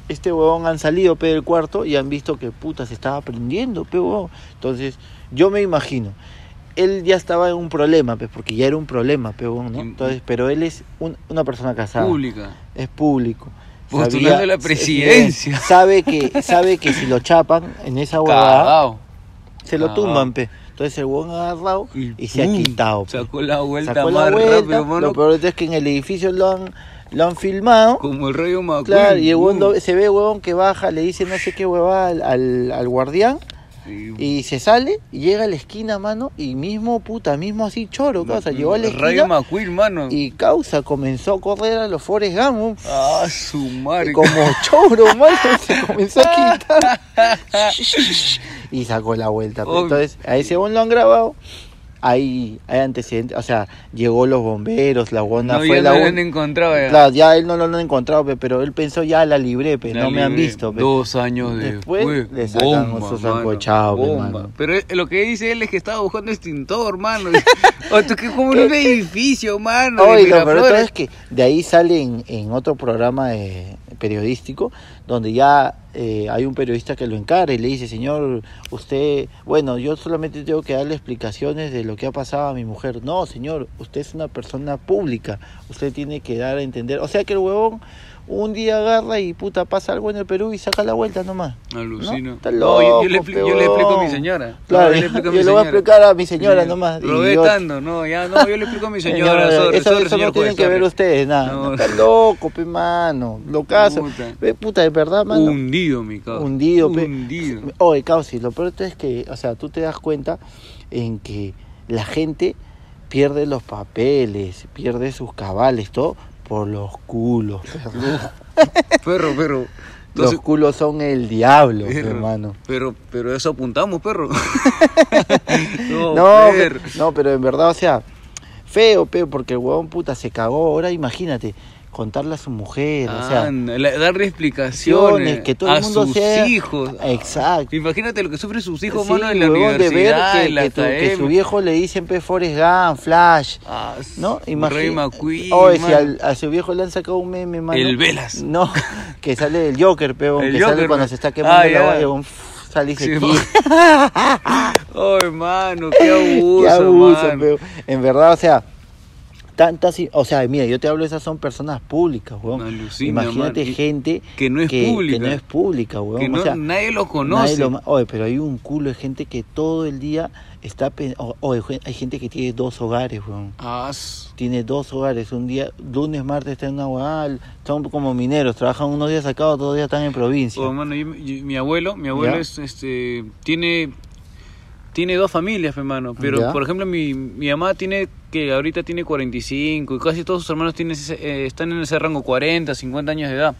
[SPEAKER 2] este huevón han salido pe, del cuarto y han visto que puta se estaba prendiendo, pe, huevón. Entonces, yo me imagino, él ya estaba en un problema, pe, porque ya era un problema, pe, huevón, ¿no?
[SPEAKER 1] Y-
[SPEAKER 2] Entonces, pero él es un- una persona casada
[SPEAKER 1] Pública.
[SPEAKER 2] es público.
[SPEAKER 1] Postulando
[SPEAKER 2] Sabía-
[SPEAKER 1] la presidencia.
[SPEAKER 2] Sabe que, sabe que si lo chapan en esa huevada,
[SPEAKER 1] Cagao.
[SPEAKER 2] se lo
[SPEAKER 1] cagao.
[SPEAKER 2] tumban, pe. Entonces el huevón ha agarrado y, se ha
[SPEAKER 1] Ah. pum,
[SPEAKER 2] quitado. pe.
[SPEAKER 1] Sacó la vuelta
[SPEAKER 2] Sacó la
[SPEAKER 1] más
[SPEAKER 2] vuelta,
[SPEAKER 1] rápido, mano.
[SPEAKER 2] Lo peor es que en el edificio lo han, lo han filmado.
[SPEAKER 1] Como el rollo McQueen.
[SPEAKER 2] Claro, y el huevón
[SPEAKER 1] pum,
[SPEAKER 2] lo- se ve huevón que baja, le dice no sé qué huevada al, al, al guardián
[SPEAKER 1] y-
[SPEAKER 2] y se sale, y llega a la esquina, mano, y mismo puta, mismo así choro, causa, llegó a la
[SPEAKER 1] Rayo
[SPEAKER 2] esquina
[SPEAKER 1] McQueen, mano.
[SPEAKER 2] y causa comenzó a correr a los Forest Gump. huevón.
[SPEAKER 1] Ah, su madre.
[SPEAKER 2] como choro, mano, se comenzó a quitar. y sacó la vuelta. pues. pe.
[SPEAKER 1] Obvio.
[SPEAKER 2] Entonces, a ese bon lo han grabado. hay, hay antecedentes, o sea, llegó los bomberos, la
[SPEAKER 1] No,
[SPEAKER 2] guana fue
[SPEAKER 1] ya
[SPEAKER 2] la
[SPEAKER 1] no lo
[SPEAKER 2] un-
[SPEAKER 1] han encontrado. ya.
[SPEAKER 2] Claro, ya él no lo han encontrado, pe, pero él pensó ya la libré, pe,
[SPEAKER 1] La
[SPEAKER 2] pues, no me han
[SPEAKER 1] libre.
[SPEAKER 2] visto. pe.
[SPEAKER 1] Dos años
[SPEAKER 2] Después
[SPEAKER 1] después.
[SPEAKER 2] le sacan su sancochado, pe,
[SPEAKER 1] bomba.
[SPEAKER 2] pues, mano.
[SPEAKER 1] Pero eh, lo que dice él es que estaba buscando extintor, mano. o tú que como en un edificio, mano. de
[SPEAKER 2] Oye, lo peor de todo
[SPEAKER 1] Miraflores.
[SPEAKER 2] es que de ahí sale en, en otro programa eh, periodístico donde ya eh, hay un periodista que lo encara y le dice, señor, usted, bueno, yo solamente tengo que darle explicaciones de lo que ha pasado a mi mujer. No, señor, usted es una persona pública, usted tiene que dar a entender. O sea que el huevón un día agarra y puta pasa algo en el Perú y saca la vuelta nomás.
[SPEAKER 1] Alucino.
[SPEAKER 2] No, está
[SPEAKER 1] yo, yo le
[SPEAKER 2] loco,
[SPEAKER 1] expli- yo le explico a mi
[SPEAKER 2] peón.
[SPEAKER 1] señora.
[SPEAKER 2] Claro,
[SPEAKER 1] No, yo le
[SPEAKER 2] yo,
[SPEAKER 1] explico a mi
[SPEAKER 2] le voy a
[SPEAKER 1] señora.
[SPEAKER 2] explicar a mi señora nomás. idiota.
[SPEAKER 1] Robetando, no, ya no, yo le explico a mi señora.
[SPEAKER 2] Señora,
[SPEAKER 1] sorry,
[SPEAKER 2] eso,
[SPEAKER 1] sorry,
[SPEAKER 2] eso
[SPEAKER 1] señor
[SPEAKER 2] no tienen
[SPEAKER 1] juez,
[SPEAKER 2] que ver
[SPEAKER 1] sorry.
[SPEAKER 2] ustedes, nada.
[SPEAKER 1] No.
[SPEAKER 2] Está loco, pe, mano. Locazo.
[SPEAKER 1] Puta.
[SPEAKER 2] Ve, puta, de verdad, mano.
[SPEAKER 1] Hundido, mi cabrón.
[SPEAKER 2] hundido, pe.
[SPEAKER 1] Hundido.
[SPEAKER 2] Oye, Causi, lo peor es que, o sea, tú te das cuenta en que la gente pierde los papeles, pierde sus cabales, todo por los culos. perro.
[SPEAKER 1] Perro, perro.
[SPEAKER 2] los
[SPEAKER 1] Entonces,
[SPEAKER 2] culos son el diablo, pe,
[SPEAKER 1] perro,
[SPEAKER 2] hermano.
[SPEAKER 1] Pero, pero eso apuntamos, perro. no,
[SPEAKER 2] No, pe-
[SPEAKER 1] perro.
[SPEAKER 2] no, pero en verdad, o sea, feo, pe, porque el huevón puta se cagó. Ahora imagínate, contarle a su mujer, o sea,
[SPEAKER 1] Anda, la- darle explicaciones
[SPEAKER 2] acciones, que todo
[SPEAKER 1] a
[SPEAKER 2] el mundo
[SPEAKER 1] sus
[SPEAKER 2] sea-
[SPEAKER 1] hijos.
[SPEAKER 2] Exacto.
[SPEAKER 1] Imagínate lo que sufren sus hijos,
[SPEAKER 2] Sí,
[SPEAKER 1] mano, en la
[SPEAKER 2] huevón, de ver
[SPEAKER 1] universidad,
[SPEAKER 2] que,
[SPEAKER 1] en la
[SPEAKER 2] que tu- que su
[SPEAKER 1] academia.
[SPEAKER 2] viejo le dicen pe Forrest Gump, Flash,
[SPEAKER 1] Ah,
[SPEAKER 2] ¿no?
[SPEAKER 1] Ray
[SPEAKER 2] Imagina.
[SPEAKER 1] McQueen,
[SPEAKER 2] Oye, si
[SPEAKER 1] mano.
[SPEAKER 2] al- a su viejo le han sacado un meme, mano.
[SPEAKER 1] El Velas.
[SPEAKER 2] No, que sale el Joker, peón,
[SPEAKER 1] El
[SPEAKER 2] que sale
[SPEAKER 1] Joker,
[SPEAKER 2] cuando
[SPEAKER 1] pe.
[SPEAKER 2] se está quemando
[SPEAKER 1] Ah,
[SPEAKER 2] la
[SPEAKER 1] ya.
[SPEAKER 2] olla, huevón, pff, sale y se
[SPEAKER 1] Sí,
[SPEAKER 2] quita.
[SPEAKER 1] mo- Oh, hermano, qué abuso,
[SPEAKER 2] Qué abuso,
[SPEAKER 1] mano.
[SPEAKER 2] peón. En verdad, o sea, tantas, i- o sea, mira, yo te hablo, esas son personas públicas, weón.
[SPEAKER 1] Alucina,
[SPEAKER 2] Imagínate
[SPEAKER 1] mano.
[SPEAKER 2] gente
[SPEAKER 1] que no es pública.
[SPEAKER 2] que no es pública,
[SPEAKER 1] que
[SPEAKER 2] weón.
[SPEAKER 1] no-
[SPEAKER 2] o sea,
[SPEAKER 1] nadie lo
[SPEAKER 2] Nadie
[SPEAKER 1] conoce.
[SPEAKER 2] lo ma- oye, pero hay un culo de gente que todo el día está pen- o- oye, jue- hay gente que tiene dos hogares, weón.
[SPEAKER 1] Ah, su-
[SPEAKER 2] Tiene dos hogares, un día, lunes, martes está en una huevada, son como mineros, trabajan unos días acá, otros días están en provincia.
[SPEAKER 1] oh, mano, yo- yo- mi abuelo, mi abuelo
[SPEAKER 2] Ya.
[SPEAKER 1] es, este, tiene, tiene dos familias, hermano. Pero,
[SPEAKER 2] Ya.
[SPEAKER 1] por ejemplo, mi, mi mamá tiene, que ahorita tiene 45 y casi todos sus hermanos tienen ese- eh, están en ese rango, 40, 50 años de edad.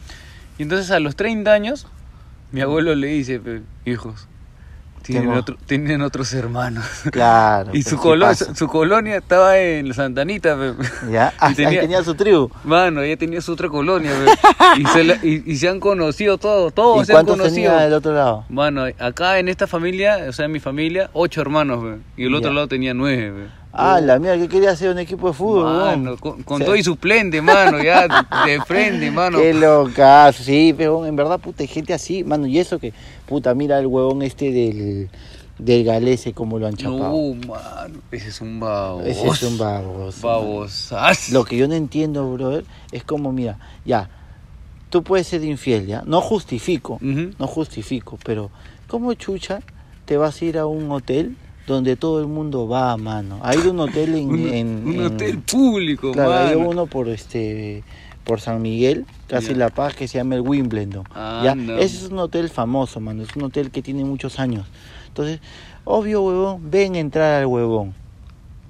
[SPEAKER 1] Y entonces a los 30 años, mi abuelo le dice, pe, hijos, tienen,
[SPEAKER 2] Tengo-
[SPEAKER 1] otro- tienen otros hermanos.
[SPEAKER 2] Claro.
[SPEAKER 1] y
[SPEAKER 2] pues,
[SPEAKER 1] su,
[SPEAKER 2] ¿qué
[SPEAKER 1] colo-
[SPEAKER 2] pasa?
[SPEAKER 1] su, su colonia estaba en Santanita, pe.
[SPEAKER 2] Ya, ah, ahí tenía...
[SPEAKER 1] tenía-
[SPEAKER 2] su tribu.
[SPEAKER 1] Mano, ella tenía su otra colonia, pe. y, se la- y, y se han conocido todos, todos
[SPEAKER 2] ¿Y
[SPEAKER 1] Oh, se han
[SPEAKER 2] cuántos
[SPEAKER 1] conocido.
[SPEAKER 2] tenía del otro lado?
[SPEAKER 1] Mano, acá en esta familia, o sea, en mi familia, ocho hermanos, pe. y el otro
[SPEAKER 2] Ya.
[SPEAKER 1] lado tenía nueve. pe.
[SPEAKER 2] Ah, la mierda, ¿qué quería hacer un equipo de fútbol?
[SPEAKER 1] Oh. Mano,
[SPEAKER 2] weón?
[SPEAKER 1] con, con
[SPEAKER 2] O sea,
[SPEAKER 1] todo y suplente, mano, ya de frente, mano.
[SPEAKER 2] Qué loca, sí, pero en verdad, puta, hay gente así, mano, y eso que, puta, mira el huevón este del, del galese como lo han chapado.
[SPEAKER 1] No, mano, ese es un baboso.
[SPEAKER 2] Ese es un baboso.
[SPEAKER 1] babosazo.
[SPEAKER 2] Lo que yo no entiendo, brother, es como, mira, ya, tú puedes ser infiel, ya, no justifico,
[SPEAKER 1] Ujú.
[SPEAKER 2] no justifico, pero ¿cómo chucha te vas a ir a un hotel donde todo el mundo va, mano? Hay un hotel en...
[SPEAKER 1] Un,
[SPEAKER 2] en-
[SPEAKER 1] un
[SPEAKER 2] en-
[SPEAKER 1] hotel público,
[SPEAKER 2] Claro, hay
[SPEAKER 1] mano.
[SPEAKER 2] uno por este por San Miguel, casi
[SPEAKER 1] Ya.
[SPEAKER 2] La Paz, que se llama el Wimbledon.
[SPEAKER 1] Ah,
[SPEAKER 2] ¿ya?
[SPEAKER 1] no.
[SPEAKER 2] Ese es un hotel famoso, mano. Es un hotel que tiene muchos años. Entonces, obvio, huevón, ven entrar al huevón.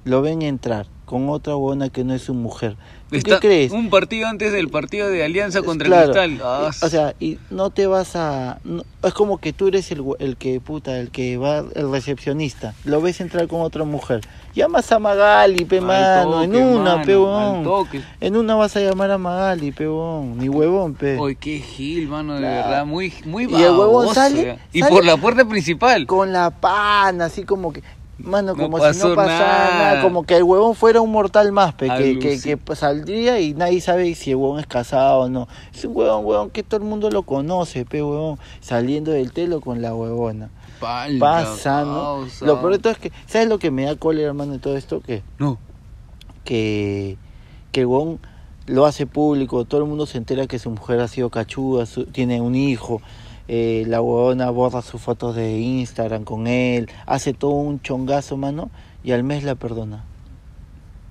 [SPEAKER 2] Lo ven entrar con otra huevona que no es su mujer. ¿Tú
[SPEAKER 1] Está-
[SPEAKER 2] ¿Qué crees?
[SPEAKER 1] Un partido antes del partido de Alianza contra
[SPEAKER 2] Claro, Eh,
[SPEAKER 1] el Cristal. Ah,
[SPEAKER 2] O sea, y no te vas a... no- es como que tú eres el, hue- el que, puta, el que va, el recepcionista. Lo ves entrar con otra mujer. Llamas a Magali, pe,
[SPEAKER 1] al
[SPEAKER 2] mano, en
[SPEAKER 1] toque,
[SPEAKER 2] una,
[SPEAKER 1] mano,
[SPEAKER 2] pe,
[SPEAKER 1] al
[SPEAKER 2] huevón.
[SPEAKER 1] toque.
[SPEAKER 2] En una vas a llamar a Magali, pebón, ni huevón, pe.
[SPEAKER 1] Oye, qué gil, mano, de
[SPEAKER 2] Claro.
[SPEAKER 1] verdad, muy, muy
[SPEAKER 2] Y el huevón
[SPEAKER 1] baboso,
[SPEAKER 2] sale,
[SPEAKER 1] ya. Y
[SPEAKER 2] sale-
[SPEAKER 1] por la puerta principal.
[SPEAKER 2] Con la pana, así como que. Mano,
[SPEAKER 1] No
[SPEAKER 2] como si
[SPEAKER 1] pasó
[SPEAKER 2] no pasara nada.
[SPEAKER 1] nada.
[SPEAKER 2] como que el huevón fuera un mortal más, pe, que, que,
[SPEAKER 1] Alucin-
[SPEAKER 2] que pues, saldría y nadie sabe si el huevón es casado o no. Es un huevón, huevón, que todo el mundo lo conoce, pe, huevón, saliendo del telo con la huevona.
[SPEAKER 1] Palta,
[SPEAKER 2] Pasa, ¿no?
[SPEAKER 1] causa.
[SPEAKER 2] Lo peor de todo es que, ¿sabes lo que me da cólera, hermano, de todo esto? Que
[SPEAKER 1] No,
[SPEAKER 2] que, que Gon lo hace público, todo el mundo se entera que su mujer ha sido cachuda, su- tiene un hijo, eh, la huevona borra sus fotos de Instagram con él, hace todo un chongazo, mano, y al mes la perdona.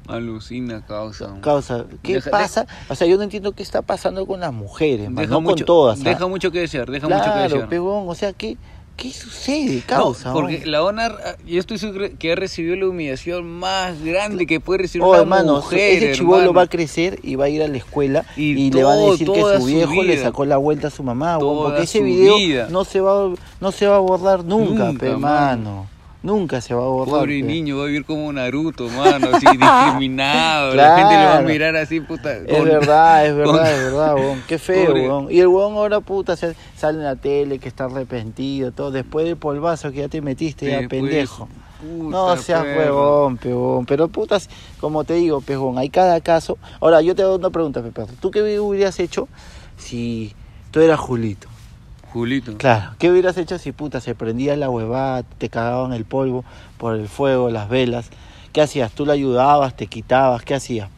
[SPEAKER 1] alucina, causa.
[SPEAKER 2] Causa, ¿qué
[SPEAKER 1] Deja-
[SPEAKER 2] pasa? O sea, yo no entiendo qué está pasando con las mujeres, mano,
[SPEAKER 1] Deja
[SPEAKER 2] no
[SPEAKER 1] mucho,
[SPEAKER 2] con todas. ¿ah?
[SPEAKER 1] Deja mucho que desear, deja mucho que
[SPEAKER 2] claro,
[SPEAKER 1] desear.
[SPEAKER 2] pegón, o sea, ¿qué, qué sucede?
[SPEAKER 1] No,
[SPEAKER 2] Causa,
[SPEAKER 1] porque
[SPEAKER 2] huevón?
[SPEAKER 1] la ah, ONA, yo estoy seguro que ha recibido la humillación más grande que puede recibir
[SPEAKER 2] Oh,
[SPEAKER 1] una
[SPEAKER 2] hermano,
[SPEAKER 1] mujer,
[SPEAKER 2] ese chivolo
[SPEAKER 1] hermano.
[SPEAKER 2] va a crecer y va a ir a la escuela y,
[SPEAKER 1] Y
[SPEAKER 2] le va a
[SPEAKER 1] todo-
[SPEAKER 2] decir que
[SPEAKER 1] toda
[SPEAKER 2] su
[SPEAKER 1] su
[SPEAKER 2] viejo le
[SPEAKER 1] vida.
[SPEAKER 2] sacó la vuelta a su mamá, weón,
[SPEAKER 1] Toda
[SPEAKER 2] porque ese
[SPEAKER 1] su
[SPEAKER 2] video
[SPEAKER 1] vida.
[SPEAKER 2] no se va no se va a borrar nunca,
[SPEAKER 1] Nunca,
[SPEAKER 2] pe,
[SPEAKER 1] mano.
[SPEAKER 2] hermano. Nunca se va a borrar.
[SPEAKER 1] Pobre
[SPEAKER 2] pe.
[SPEAKER 1] niño, va a vivir como Naruto, mano, así discriminado. La gente le va a
[SPEAKER 2] Claro.
[SPEAKER 1] mirar así, puta.
[SPEAKER 2] Es
[SPEAKER 1] con-
[SPEAKER 2] verdad, es verdad,
[SPEAKER 1] con-
[SPEAKER 2] es verdad, weón. Qué feo,
[SPEAKER 1] Pobre.
[SPEAKER 2] weón. Y el weón ahora, puta, se- sale en la tele que está arrepentido, todo. Después del polvazo que ya te metiste, ya,
[SPEAKER 1] Después,
[SPEAKER 2] pendejo.
[SPEAKER 1] puta,
[SPEAKER 2] No seas
[SPEAKER 1] perro.
[SPEAKER 2] huevón, peón. Pero putas, como te digo, pejón, hay cada caso. Ahora, yo te hago una pregunta, Pepe. ¿Tú qué hubieras hecho si tú eras Julito?
[SPEAKER 1] Julito.
[SPEAKER 2] Claro, ¿qué hubieras hecho si puta se prendía la huevada, te cagaban el polvo por el fuego, las velas? ¿Qué hacías? ¿Tú le ayudabas, te quitabas? ¿Qué hacías?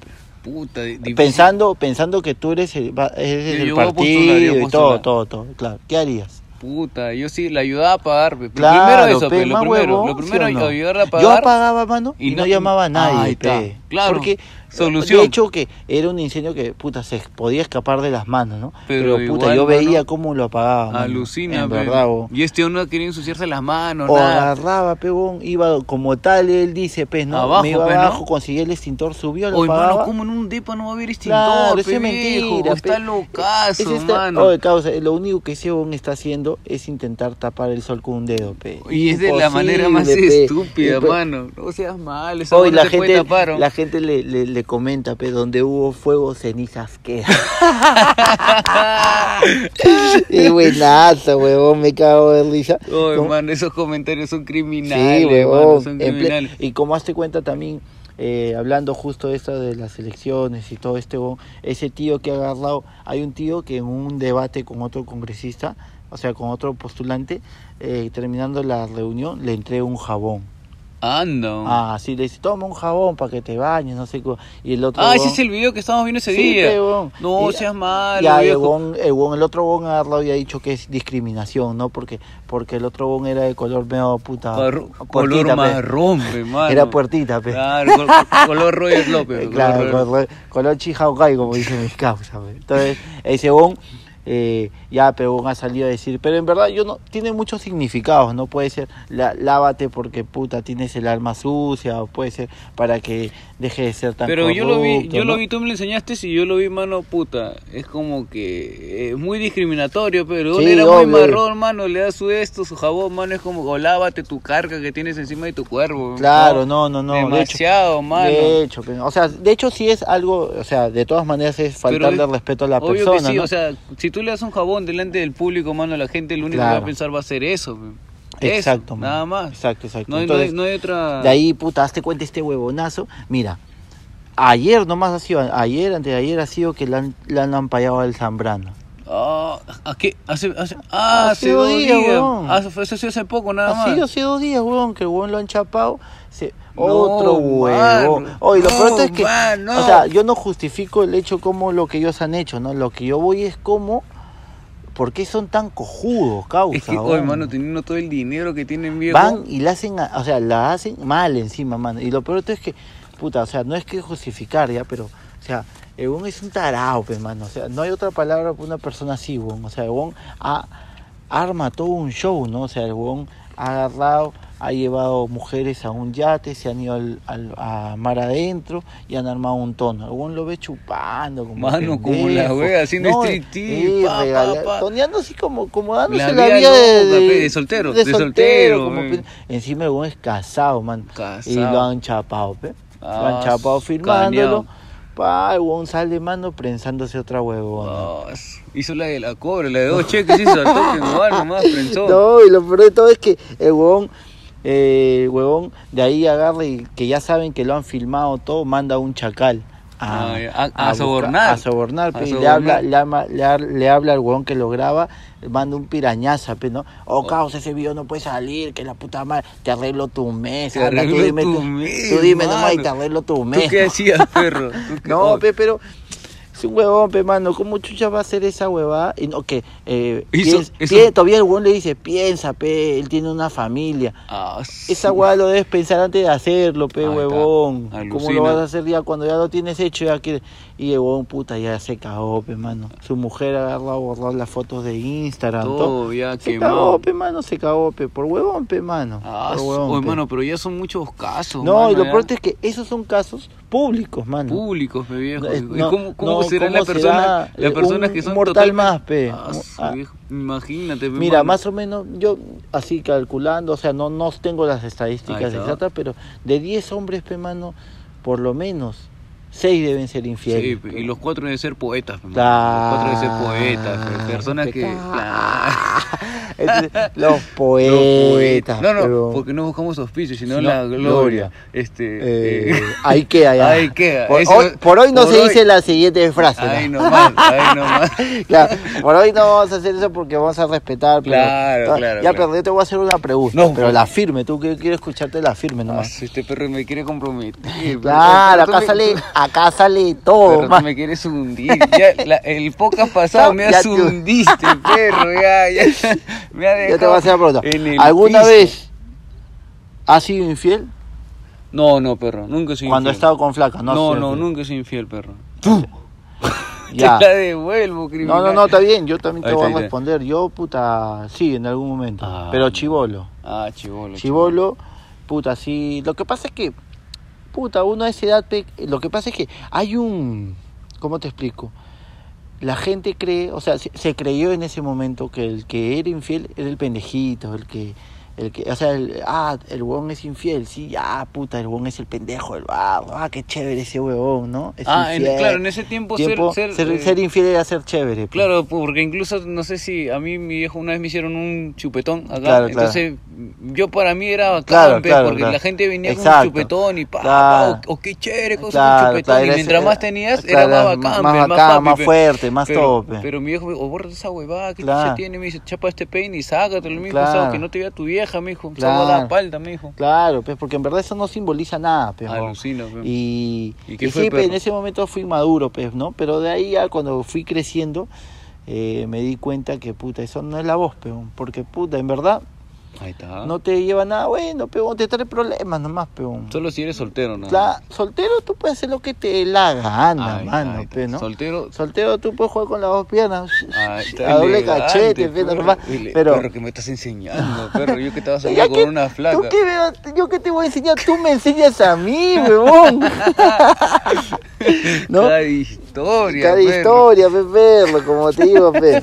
[SPEAKER 1] Puta, di- difícil.
[SPEAKER 2] Pensando, pensando que tú eres el, va- eres
[SPEAKER 1] Yo-
[SPEAKER 2] el
[SPEAKER 1] yo voy a postular, yo
[SPEAKER 2] partido
[SPEAKER 1] voy a
[SPEAKER 2] y todo,
[SPEAKER 1] postular.
[SPEAKER 2] todo, todo, claro. ¿Qué harías?
[SPEAKER 1] Puta, yo sí, la ayudaba a pagar. pe.
[SPEAKER 2] Claro,
[SPEAKER 1] primero eso, pe,
[SPEAKER 2] pe,
[SPEAKER 1] lo
[SPEAKER 2] más
[SPEAKER 1] primero.
[SPEAKER 2] huevón,
[SPEAKER 1] lo
[SPEAKER 2] ¿sí
[SPEAKER 1] primero,
[SPEAKER 2] o no?
[SPEAKER 1] ayudarla a
[SPEAKER 2] Yo
[SPEAKER 1] pagar.
[SPEAKER 2] apagaba, mano,
[SPEAKER 1] y
[SPEAKER 2] y,
[SPEAKER 1] no-
[SPEAKER 2] no, llamaba a nadie,
[SPEAKER 1] Ahí está,
[SPEAKER 2] pe.
[SPEAKER 1] claro.
[SPEAKER 2] Porque,
[SPEAKER 1] Solución.
[SPEAKER 2] De hecho, que era un incendio que, puta, se podía escapar de las manos, ¿no?
[SPEAKER 1] Pero
[SPEAKER 2] Pero, puta,
[SPEAKER 1] igual,
[SPEAKER 2] yo veía
[SPEAKER 1] mano,
[SPEAKER 2] cómo lo apagaba. mano.
[SPEAKER 1] ah, Alucina,
[SPEAKER 2] En
[SPEAKER 1] pe.
[SPEAKER 2] verdad, bo.
[SPEAKER 1] Y este hombre no quería ensuciarse las manos,
[SPEAKER 2] O
[SPEAKER 1] nada.
[SPEAKER 2] agarraba, pegón, iba como tal, él dice, pues, ¿no?
[SPEAKER 1] Abajo,
[SPEAKER 2] me iba
[SPEAKER 1] pe, ¿no?
[SPEAKER 2] abajo, conseguía el extintor, subió, lo
[SPEAKER 1] Oye, mano,
[SPEAKER 2] apagaba.
[SPEAKER 1] ¿cómo en un depa no va a haber
[SPEAKER 2] Claro,
[SPEAKER 1] extintor,
[SPEAKER 2] eso
[SPEAKER 1] pe,
[SPEAKER 2] es
[SPEAKER 1] viejo?
[SPEAKER 2] mentira.
[SPEAKER 1] Está
[SPEAKER 2] pe.
[SPEAKER 1] locazo,
[SPEAKER 2] Ese está-
[SPEAKER 1] mano.
[SPEAKER 2] Oye, causa, lo único que ese huevón está haciendo es intentar tapar el sol con un dedo, pe.
[SPEAKER 1] Y es de la manera más
[SPEAKER 2] Imposible, pe.
[SPEAKER 1] estúpida,
[SPEAKER 2] Y, pe,
[SPEAKER 1] mano. No seas mal, esa
[SPEAKER 2] Hoy
[SPEAKER 1] mano
[SPEAKER 2] la
[SPEAKER 1] se puede
[SPEAKER 2] gente,
[SPEAKER 1] tapar, ¿o?
[SPEAKER 2] la gente le, le, le comenta, pe, donde hubo fuego, cenizas quedan. y buenazo, huevón, me cago de risa.
[SPEAKER 1] Oye,
[SPEAKER 2] Como-
[SPEAKER 1] mano, esos comentarios son criminales,
[SPEAKER 2] Sí,
[SPEAKER 1] mano,
[SPEAKER 2] huevón.
[SPEAKER 1] son
[SPEAKER 2] En ple-
[SPEAKER 1] criminales.
[SPEAKER 2] Y como hazte cuenta también, eh, hablando justo de esto de las elecciones y todo este, huevón, ese tío que ha agarrado, hay un tío que en un debate con otro congresista, o sea, con otro postulante, eh, terminando la reunión, le entrega un jabón.
[SPEAKER 1] Anda. Ah,
[SPEAKER 2] Ah, sí, le dice, toma un jabón para que te bañes, no sé qué. Y el otro...
[SPEAKER 1] Ah, ese
[SPEAKER 2] huevón-
[SPEAKER 1] es el video que estábamos viendo ese
[SPEAKER 2] Sí,
[SPEAKER 1] día.
[SPEAKER 2] pe, huevón.
[SPEAKER 1] No
[SPEAKER 2] Y-
[SPEAKER 1] seas malo,
[SPEAKER 2] ya, el,
[SPEAKER 1] viejo.
[SPEAKER 2] huevón- el, huevón- el otro bon ha agarrado y ha dicho que es discriminación, ¿no? Porque porque el otro bon era de color medio puta.
[SPEAKER 1] Parro- color
[SPEAKER 2] puertita, pe.
[SPEAKER 1] marrón, pe, mano.
[SPEAKER 2] Ah, pues. Era puertita, pe.
[SPEAKER 1] Claro, col- col- color Roger López.
[SPEAKER 2] Eh,
[SPEAKER 1] pe,
[SPEAKER 2] Claro,
[SPEAKER 1] color Roger-
[SPEAKER 2] color, color chihaukai, como dicen mis causas. pe. pues. Entonces, ese bon, eh, ya, pero bon ha salido a decir, pero en verdad yo no tiene muchos significados, ¿no? Puede ser, la- lávate porque puta tienes el alma sucia, o puede ser para que deje de ser tan
[SPEAKER 1] Pero yo lo vi,
[SPEAKER 2] corrupto,
[SPEAKER 1] yo lo
[SPEAKER 2] ¿no?
[SPEAKER 1] vi, tú me lo enseñaste y yo lo vi, mano, puta. Es como que es muy discriminatorio, pero
[SPEAKER 2] Sí,
[SPEAKER 1] él era muy
[SPEAKER 2] obvio.
[SPEAKER 1] marrón, mano, le da su esto, su jabón, mano, es como, o lávate tu carga que tienes encima de tu cuerpo.
[SPEAKER 2] Claro, no, no, no. de hecho-
[SPEAKER 1] Demasiado, mano.
[SPEAKER 2] De hecho, que- o sea, de hecho sí es algo, o sea, de todas maneras es faltarle
[SPEAKER 1] Pero es-
[SPEAKER 2] respeto a la
[SPEAKER 1] Obvio
[SPEAKER 2] persona,
[SPEAKER 1] que sí,
[SPEAKER 2] ¿no?
[SPEAKER 1] o sea, si tú le das un jabón delante del público, mano, la gente lo único que va
[SPEAKER 2] Claro.
[SPEAKER 1] a pensar va a ser eso. pe. Eso,
[SPEAKER 2] exacto, mano.
[SPEAKER 1] nada más.
[SPEAKER 2] Exacto, exacto.
[SPEAKER 1] No hay, no hay-
[SPEAKER 2] Entonces,
[SPEAKER 1] no hay otra...
[SPEAKER 2] de ahí, puta, hazte cuenta este huevonazo. Mira, ayer nomás ha sido, ayer, antes de ayer ha sido que le han, le han ampallado al Zambrano.
[SPEAKER 1] Ah, ¿a qué? Hace, hace, ah, hace, dos días.
[SPEAKER 2] weón.
[SPEAKER 1] Ah, eso fue- eso sí hace poco, nada
[SPEAKER 2] Ha sido
[SPEAKER 1] más.
[SPEAKER 2] hace dos días, huevón, que el huevón lo han chapado. Se-
[SPEAKER 1] No,
[SPEAKER 2] otro huevón.
[SPEAKER 1] mano.
[SPEAKER 2] Oye, lo
[SPEAKER 1] No,
[SPEAKER 2] pronto es que,
[SPEAKER 1] mano.
[SPEAKER 2] o sea, yo no justifico el hecho como lo que ellos han hecho, ¿no? Lo que yo voy es como... ¿Por qué son tan cojudos, causa?
[SPEAKER 1] Es que, hoy,
[SPEAKER 2] huevón?
[SPEAKER 1] mano, teniendo todo el dinero que tienen, viejo.
[SPEAKER 2] Van y la hacen, a- o sea, la hacen mal encima, mano. Y lo peor de todo es que, puta, o sea, no es que justificar ya, pero, o sea, el Wong es un tarao, pe, mano. O sea, no hay otra palabra para una persona así, Wong. O sea, el Wong ha, arma todo un show, ¿no? O sea, el Wong ha agarrado, ha llevado mujeres a un yate, se han ido al, al- a mar adentro y han armado un tono. El Wong lo ve chupando, como.
[SPEAKER 1] Mano, como la
[SPEAKER 2] pendejo.
[SPEAKER 1] wea, haciendo
[SPEAKER 2] No,
[SPEAKER 1] striptease,
[SPEAKER 2] eh,
[SPEAKER 1] pa, pa,
[SPEAKER 2] regala-
[SPEAKER 1] pa.
[SPEAKER 2] Toneando así como, como dándose
[SPEAKER 1] La
[SPEAKER 2] la,
[SPEAKER 1] vida
[SPEAKER 2] vida
[SPEAKER 1] loca,
[SPEAKER 2] de,
[SPEAKER 1] pe, de soltero, de soltero,
[SPEAKER 2] como
[SPEAKER 1] pe.
[SPEAKER 2] pe- Encima el huevón es casado, man.
[SPEAKER 1] Casado.
[SPEAKER 2] Y lo han chapado, pe. lo
[SPEAKER 1] Ah,
[SPEAKER 2] han chapado
[SPEAKER 1] s-
[SPEAKER 2] firmándolo.
[SPEAKER 1] caneado.
[SPEAKER 2] Pa, el huevón sale, mano, prensándose otra huevona.
[SPEAKER 1] Ah, hizo la de la cobra, la de dos cheques, hizo al toque, nomás, nomás, prensó.
[SPEAKER 2] No, y lo peor de todo es que el huevón, eh, el huevón de ahí agarra y que ya saben que lo han filmado todo, manda un chacal.
[SPEAKER 1] Ah, ya, a- a sobornar.
[SPEAKER 2] A sobornar, pe,
[SPEAKER 1] A
[SPEAKER 2] y
[SPEAKER 1] sobornar.
[SPEAKER 2] Le, habla, le, ama- le ha- le habla al huevón que lo graba, manda un pirañaza, pe, ¿no? Oh, causa, ese video no puede salir, que la puta madre, te arreglo tu mesa.
[SPEAKER 1] Te
[SPEAKER 2] anda,
[SPEAKER 1] arreglo
[SPEAKER 2] tú dime,
[SPEAKER 1] tu
[SPEAKER 2] tú,
[SPEAKER 1] mes,
[SPEAKER 2] tú dime nomás y
[SPEAKER 1] mano.
[SPEAKER 2] te arreglo tu
[SPEAKER 1] ¿Tú
[SPEAKER 2] mesa.
[SPEAKER 1] qué hacías, perro? ¿Tú qué-
[SPEAKER 2] No,
[SPEAKER 1] oh,
[SPEAKER 2] pe, pero es un huevón, pe, mano. ¿Cómo chucha va a hacer esa huevada? Y no, que eh,
[SPEAKER 1] Hizo-
[SPEAKER 2] piens-
[SPEAKER 1] hizo-
[SPEAKER 2] pie- todavía el huevón le dice, piensa, pe, él tiene una familia.
[SPEAKER 1] ah, s-
[SPEAKER 2] Esa huevada lo debes pensar antes de hacerlo, pe,
[SPEAKER 1] Ahí está.
[SPEAKER 2] huevón. ¿Cómo
[SPEAKER 1] Alucina.
[SPEAKER 2] lo vas a hacer ya cuando ya lo tienes hecho? Ya que... Y el huevón, puta, ya se cagó, pe, mano. Su mujer ha agarrado, borrado las fotos de Instagram, todo.
[SPEAKER 1] Todo ya
[SPEAKER 2] Se
[SPEAKER 1] quemado.
[SPEAKER 2] cagó, pe, mano, se cagó, pe, por huevón, pe, mano.
[SPEAKER 1] Ah,
[SPEAKER 2] por
[SPEAKER 1] s-
[SPEAKER 2] huevón,
[SPEAKER 1] oye,
[SPEAKER 2] pe.
[SPEAKER 1] mano, pero ya son muchos casos.
[SPEAKER 2] No, y
[SPEAKER 1] mano,
[SPEAKER 2] lo
[SPEAKER 1] ya.
[SPEAKER 2] peor es que esos son casos públicos, mano.
[SPEAKER 1] públicos, pe viejo.
[SPEAKER 2] No, es-
[SPEAKER 1] ¿Y
[SPEAKER 2] no,
[SPEAKER 1] cómo, cómo
[SPEAKER 2] no,
[SPEAKER 1] serán
[SPEAKER 2] ¿cómo
[SPEAKER 1] las personas,
[SPEAKER 2] será,
[SPEAKER 1] las
[SPEAKER 2] eh,
[SPEAKER 1] personas
[SPEAKER 2] un-
[SPEAKER 1] que son
[SPEAKER 2] un mortal
[SPEAKER 1] totalmente-
[SPEAKER 2] más, pe?
[SPEAKER 1] Ah, su
[SPEAKER 2] Ah.
[SPEAKER 1] viejo, Imagínate, pe,
[SPEAKER 2] Mira,
[SPEAKER 1] mano.
[SPEAKER 2] más o menos, yo así calculando, o sea, no, no tengo las
[SPEAKER 1] Ahí
[SPEAKER 2] estadísticas
[SPEAKER 1] está.
[SPEAKER 2] exactas, pero de 10 hombres, pe mano, por lo menos 6 deben ser
[SPEAKER 1] Sí,
[SPEAKER 2] infieles.
[SPEAKER 1] pe, y los cuatro deben ser poetas. pe, mano.
[SPEAKER 2] Claro.
[SPEAKER 1] Los cuatro deben ser poetas.
[SPEAKER 2] Ah,
[SPEAKER 1] pe, Personas que... Claro.
[SPEAKER 2] Entonces, los
[SPEAKER 1] Los
[SPEAKER 2] poetas.
[SPEAKER 1] No, no,
[SPEAKER 2] pero-
[SPEAKER 1] porque no buscamos auspicios, sino,
[SPEAKER 2] Sino
[SPEAKER 1] la gloria.
[SPEAKER 2] gloria.
[SPEAKER 1] Este,
[SPEAKER 2] Eh,
[SPEAKER 1] eh,
[SPEAKER 2] ahí queda ya.
[SPEAKER 1] Ahí queda.
[SPEAKER 2] ah, Por,
[SPEAKER 1] Eso-
[SPEAKER 2] hoy, por hoy no
[SPEAKER 1] por
[SPEAKER 2] se
[SPEAKER 1] hoy-
[SPEAKER 2] dice la siguiente frase. ¿no?
[SPEAKER 1] Ahí nomás, ahí nomás.
[SPEAKER 2] Claro, por hoy no vamos a hacer eso porque vamos a respetar. pero-
[SPEAKER 1] Claro, claro,
[SPEAKER 2] Ya,
[SPEAKER 1] claro.
[SPEAKER 2] pero yo te voy a hacer una pregunta.
[SPEAKER 1] No,
[SPEAKER 2] pero
[SPEAKER 1] pues.
[SPEAKER 2] la firme, tú que quiero escucharte la firme nomás.
[SPEAKER 1] Ah, Este perro me quiere comprometer.
[SPEAKER 2] claro,
[SPEAKER 1] Pero tú
[SPEAKER 2] acá
[SPEAKER 1] me-
[SPEAKER 2] sale, acá sale todo.
[SPEAKER 1] Perro, tú
[SPEAKER 2] más.
[SPEAKER 1] me quieres hundir. Ya, la- el podcast pasado me
[SPEAKER 2] Ya
[SPEAKER 1] has
[SPEAKER 2] te-
[SPEAKER 1] hundiste, perro. Ya, ya. Me ha
[SPEAKER 2] Yo te voy a hacer
[SPEAKER 1] dejado
[SPEAKER 2] la pregunta.
[SPEAKER 1] en el
[SPEAKER 2] ¿Alguna
[SPEAKER 1] piso.
[SPEAKER 2] vez has sido infiel?
[SPEAKER 1] No, no, perro. Nunca soy
[SPEAKER 2] Cuando he
[SPEAKER 1] infiel.
[SPEAKER 2] estado con flaca, ¿no?
[SPEAKER 1] No,
[SPEAKER 2] Sí,
[SPEAKER 1] no,
[SPEAKER 2] sí.
[SPEAKER 1] nunca soy infiel, perro.
[SPEAKER 2] Ya.
[SPEAKER 1] Te la devuelvo, criminal.
[SPEAKER 2] No, no, no, está bien. Yo también te
[SPEAKER 1] Ahí
[SPEAKER 2] voy
[SPEAKER 1] está,
[SPEAKER 2] a
[SPEAKER 1] ahí está.
[SPEAKER 2] responder. Yo, puta, sí, en algún momento.
[SPEAKER 1] Ah.
[SPEAKER 2] pero chivolo.
[SPEAKER 1] Ah, chivolo.
[SPEAKER 2] Chivolo, puta, sí. Lo que pasa es que, puta, uno a esa edad, pe- lo que pasa es que hay un, ¿cómo te explico? La gente cree, o sea, se, se creyó en ese momento que el que era infiel era el pendejito, el que, el que, o sea, el, ah, el huevón es infiel, sí, ah, puta, el huevón es el pendejo, el vago, ah, qué chévere ese huevón, ¿no? Es
[SPEAKER 1] Ah, en-
[SPEAKER 2] infiel.
[SPEAKER 1] claro, en ese tiempo ser-
[SPEAKER 2] Tiempo-
[SPEAKER 1] ser,
[SPEAKER 2] ser,
[SPEAKER 1] eh,
[SPEAKER 2] ser infiel era ser chévere. pe.
[SPEAKER 1] Claro, porque incluso no sé si a mí mi viejo una vez me hicieron un chupetón acá,
[SPEAKER 2] Claro, claro.
[SPEAKER 1] entonces yo para mí era bacán,
[SPEAKER 2] Claro,
[SPEAKER 1] pe,
[SPEAKER 2] claro,
[SPEAKER 1] porque
[SPEAKER 2] claro.
[SPEAKER 1] la gente venía
[SPEAKER 2] Exacto.
[SPEAKER 1] con un chupetón y pa, pa,
[SPEAKER 2] Claro.
[SPEAKER 1] o, o qué chévere cosa
[SPEAKER 2] Claro,
[SPEAKER 1] un chupetón
[SPEAKER 2] claro,
[SPEAKER 1] y
[SPEAKER 2] ese-
[SPEAKER 1] mientras más tenías era
[SPEAKER 2] claro,
[SPEAKER 1] más bacán,
[SPEAKER 2] más
[SPEAKER 1] pe,
[SPEAKER 2] bacán,
[SPEAKER 1] papi,
[SPEAKER 2] más
[SPEAKER 1] pe.
[SPEAKER 2] fuerte, más
[SPEAKER 1] pero,
[SPEAKER 2] todo, pe.
[SPEAKER 1] Pero mi viejo me dijo, "O borra esa huevada que
[SPEAKER 2] Claro.
[SPEAKER 1] se tiene, me dice, chapa este peine y sácatelo, mijo,
[SPEAKER 2] Claro.
[SPEAKER 1] "Sabo que no te vea tu vieja, mijo,
[SPEAKER 2] Claro.
[SPEAKER 1] sabo la palta, mijo.
[SPEAKER 2] Claro, pues porque en verdad eso no simboliza nada,
[SPEAKER 1] Ah,
[SPEAKER 2] pues. ¿no?
[SPEAKER 1] Alucina, pe.
[SPEAKER 2] Y,
[SPEAKER 1] ¿Y qué
[SPEAKER 2] y
[SPEAKER 1] fue,
[SPEAKER 2] sí, pues, en
[SPEAKER 1] perro?
[SPEAKER 2] ese momento fui maduro, pues, ¿no? Pero de ahí ya cuando fui creciendo, eh, me di cuenta que, puta, eso no es la voz, peón. Porque, puta, en verdad,
[SPEAKER 1] Ahí está.
[SPEAKER 2] no te lleva a nada bueno, peón. Te trae problemas nomás, peón.
[SPEAKER 1] Solo si eres soltero, ¿no?
[SPEAKER 2] La- soltero tú puedes hacer lo que te la gana,
[SPEAKER 1] Ahí está,
[SPEAKER 2] mano,
[SPEAKER 1] ahí está.
[SPEAKER 2] pe, ¿no?
[SPEAKER 1] Soltero
[SPEAKER 2] Soltero tú puedes jugar con las dos piernas,
[SPEAKER 1] Ay, está
[SPEAKER 2] a doble
[SPEAKER 1] elegante,
[SPEAKER 2] cachete, pe,
[SPEAKER 1] perro.
[SPEAKER 2] normal.
[SPEAKER 1] Ele-
[SPEAKER 2] Pero,
[SPEAKER 1] Perro, que me estás enseñando, perro. Yo que estaba
[SPEAKER 2] Ya
[SPEAKER 1] saliendo
[SPEAKER 2] que-
[SPEAKER 1] con una flaca.
[SPEAKER 2] ¿tú qué me- yo que te voy a enseñar, tú me enseñas a mí, huevón. ¿No?
[SPEAKER 1] Cada historia,
[SPEAKER 2] Cada
[SPEAKER 1] perro.
[SPEAKER 2] historia, pe, perro, como te digo, pe.